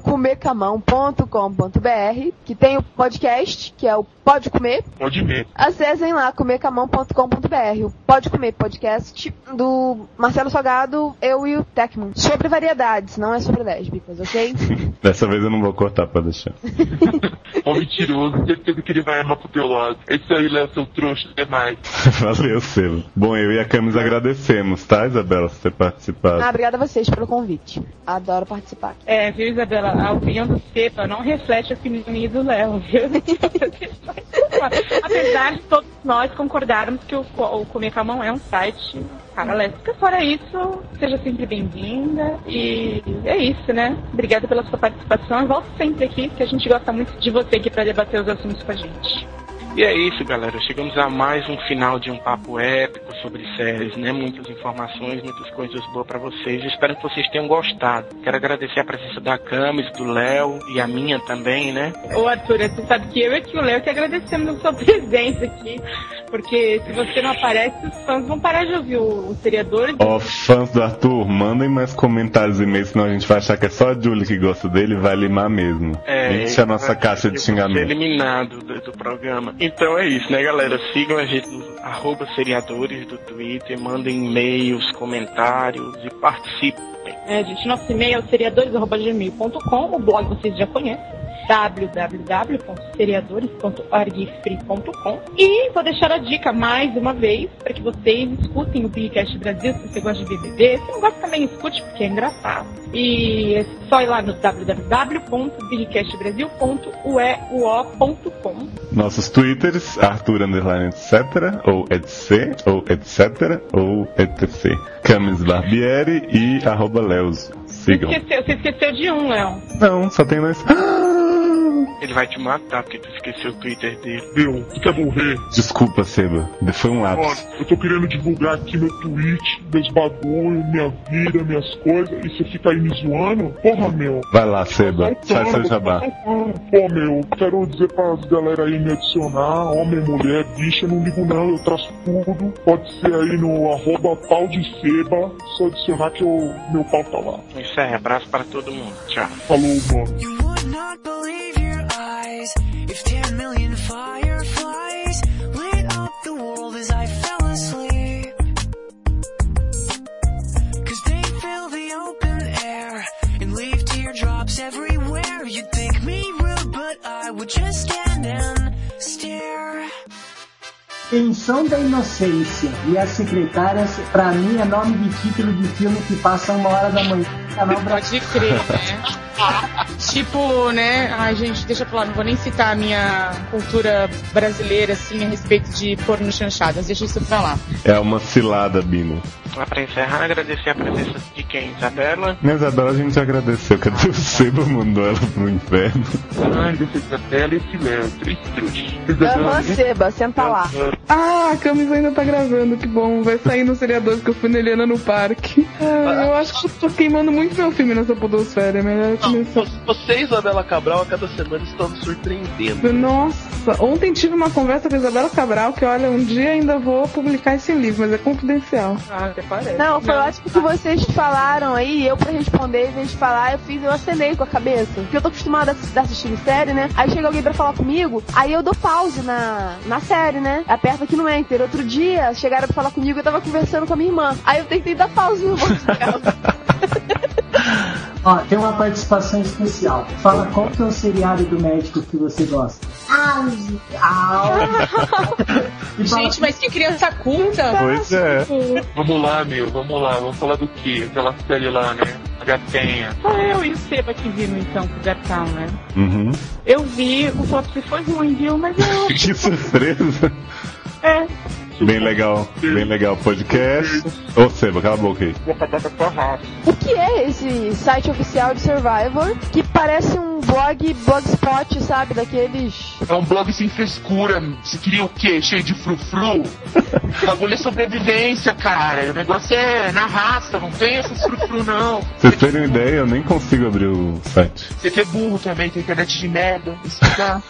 comercamão.com.br, que tem o podcast, que é o Pode Comer. Pode ver. Acessem lá, comercamão.com.br, o Pode Comer Podcast do Marcelo Salgado, eu e o Tecman. Sobre variedades, não é sobre lésbicas, ok? Dessa vez eu não vou cortar pra deixar. Ó mentiroso, certeza que ele vai amar pro teu lado. É isso aí, Léo, seu trouxa, até mais. Valeu, Selo. Bom, eu e a Camis agradecemos, tá, Isabela, por ter participado. Ah, obrigada a vocês pelo convite. Adoro participar. É, viu, Isabela? A opinião do Cepa não reflete a opinião minha e do Léo, viu? Apesar de todos nós concordarmos que o, Co- o Comer com a Mão é um site para lésbica. Fora isso, seja sempre bem-vinda. E é isso, né? Obrigada pela sua participação. Eu volto sempre aqui, que a gente gosta muito de você aqui para debater os assuntos com a gente. E é isso, galera. Chegamos a mais um final de um papo épico sobre séries, né? Muitas informações, muitas coisas boas pra vocês. Espero que vocês tenham gostado. Quero agradecer a presença da Camis, do Léo e a minha também, né? Ô, Arthur, você sabe que eu e que o Léo que agradecemos a sua presença aqui. Porque se você não aparece, os fãs vão parar de ouvir o, o seriador. Ó, fãs do Arthur, mandem mais comentários e e-mails, senão a gente vai achar que é só a Julie que gosta dele e vai limar mesmo. É, Enche a nossa caixa de eu vou ser xingamento. eliminado do, do programa. Então é isso, né, galera? Sigam a gente nos arroba seriadores do Twitter, mandem e-mails, comentários e participem. É, gente, nosso e-mail é seriadores.gmail.com, o blog vocês já conhecem www.seriadores.orgfree.com e vou deixar a dica mais uma vez para que vocês escutem o Bigcast Brasil se você gosta de BBB, se não gosta também escute porque é engraçado e é só ir lá no www.bigcastbrasil.ueo.com Nossos twitters, Arthur Underline etc, ou etc, ou etc, ou etc. Camis Barbieri e arroba Leos. Sigam. Esqueceu- Você esqueceu de um, Léo. Não, só tem dois. Ele vai te matar porque tu esqueceu o Twitter dele. Meu, tu quer morrer? Desculpa, Seba. Foi um Ó, lápis. eu tô querendo divulgar aqui meu tweet, meus bagulho, minha vida, minhas coisas, e você fica aí me zoando? Porra, meu. Vai lá, Seba. Faz seu Então, jabá. Pô, meu, quero dizer pra galera aí me adicionar, homem, mulher, bicha, não ligo não, eu traço tudo. Pode ser aí no arroba pau de seba, só adicionar que eu, meu pau tá lá. Isso aí, abraço para todo mundo. Tchau. Falou, mano. You would not believe your eyes if 10 million fireflies lit up the world as I fell asleep. Cause they fill the open air and leave teardrops everywhere. You'd think me rude, but I would just stand and stare. Pensão da Inocência e as secretárias, pra mim, é nome de título de filme que passa uma hora da manhã no canal Pode crer, né? tipo, né? Ai, gente, deixa pra lá, não vou nem citar a minha cultura brasileira, assim, a respeito de porno chanchadas, deixa isso pra lá. É uma cilada, Bino. Lá para encerrar, agradecer a presença de quem? Isabela? Mas Isabela, a gente agradeceu. Quer dizer, o Seba mandou ela pro inferno. Ai, vocês da tela e silêncio, triste. Aham, Seba, senta lá. Ah, a camisa ainda tá gravando, que bom. Vai sair no seriador que eu fui na Eliana no parque. Ah, eu acho que eu tô queimando muito meu filme nessa podosfera. É melhor eu começar. Você e Isabela Cabral a cada semana estão nos surpreendendo. Nossa, ontem tive uma conversa com a Isabela Cabral que, olha, um dia ainda vou publicar esse livro, mas é confidencial. Ah, até parece. Não, foi ótimo que vocês falaram aí, eu pra responder, em vez de falar, eu fiz, eu acenei com a cabeça. Porque eu tô acostumada a assis- a assistir série, né? Aí chega alguém pra falar comigo, aí eu dou pause na, na série, né? Aperto aqui no enter. Outro dia, chegaram pra falar comigo, eu tava conversando com a minha irmã. Aí eu tentei dar pause no Ó, tem uma participação especial. Fala qual que é o seriado do médico que você gosta. E fala- Gente, mas que criança culta! Pois é. Vamos lá, meu, vamos lá, vamos falar do quê? Aquela série lá, né? A gatinha. Só eu e o Seba que vimos então o Gap Town, né? Uhum. Eu vi, o Flop foi ruim, viu? Mas eu. Que surpresa. É. Bem legal. Bem legal. Podcast. Ô, Seba, cala a boca aí. Vou acabar com a tua raça. O que é esse site oficial de Survivor? Que parece um blog, blogspot, sabe? Daqueles. É um blog sem frescura. Você queria o quê? Cheio de frufru? O Bagulho é sobrevivência, cara. O negócio é na raça, não tem esses frufru, não. Vocês terem uma ideia, eu nem consigo abrir o site. Você que é burro também, tem internet de merda. Isso fica...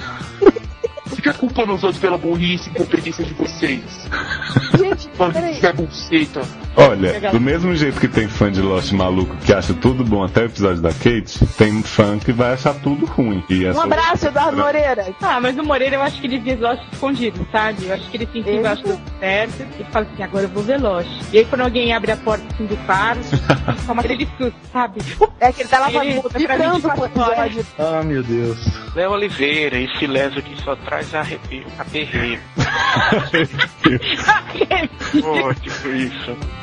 Fica culpando os outros pela burrice e competência de vocês. Gente, Bando peraí. de Zé buceta. Olha, do mesmo jeito que tem fã de Lost maluco que acha tudo bom até o episódio da Kate, tem fã que vai achar tudo ruim. E é Um essa- abraço, Eduardo Moreira. Ah, mas o Moreira eu acho que ele vê Lost escondido, sabe? Eu acho que ele se Ele? eu acho tudo certo. Ele fala assim, agora eu vou ver Lost. E aí quando alguém abre a porta assim do quarto, toma aquele susto, sabe? É que ele tá lá Ele- ficando com o episódio. Ah, meu Deus. Léo Oliveira, esse leso que só traz arrepio, aperreio. Ótimo tipo isso.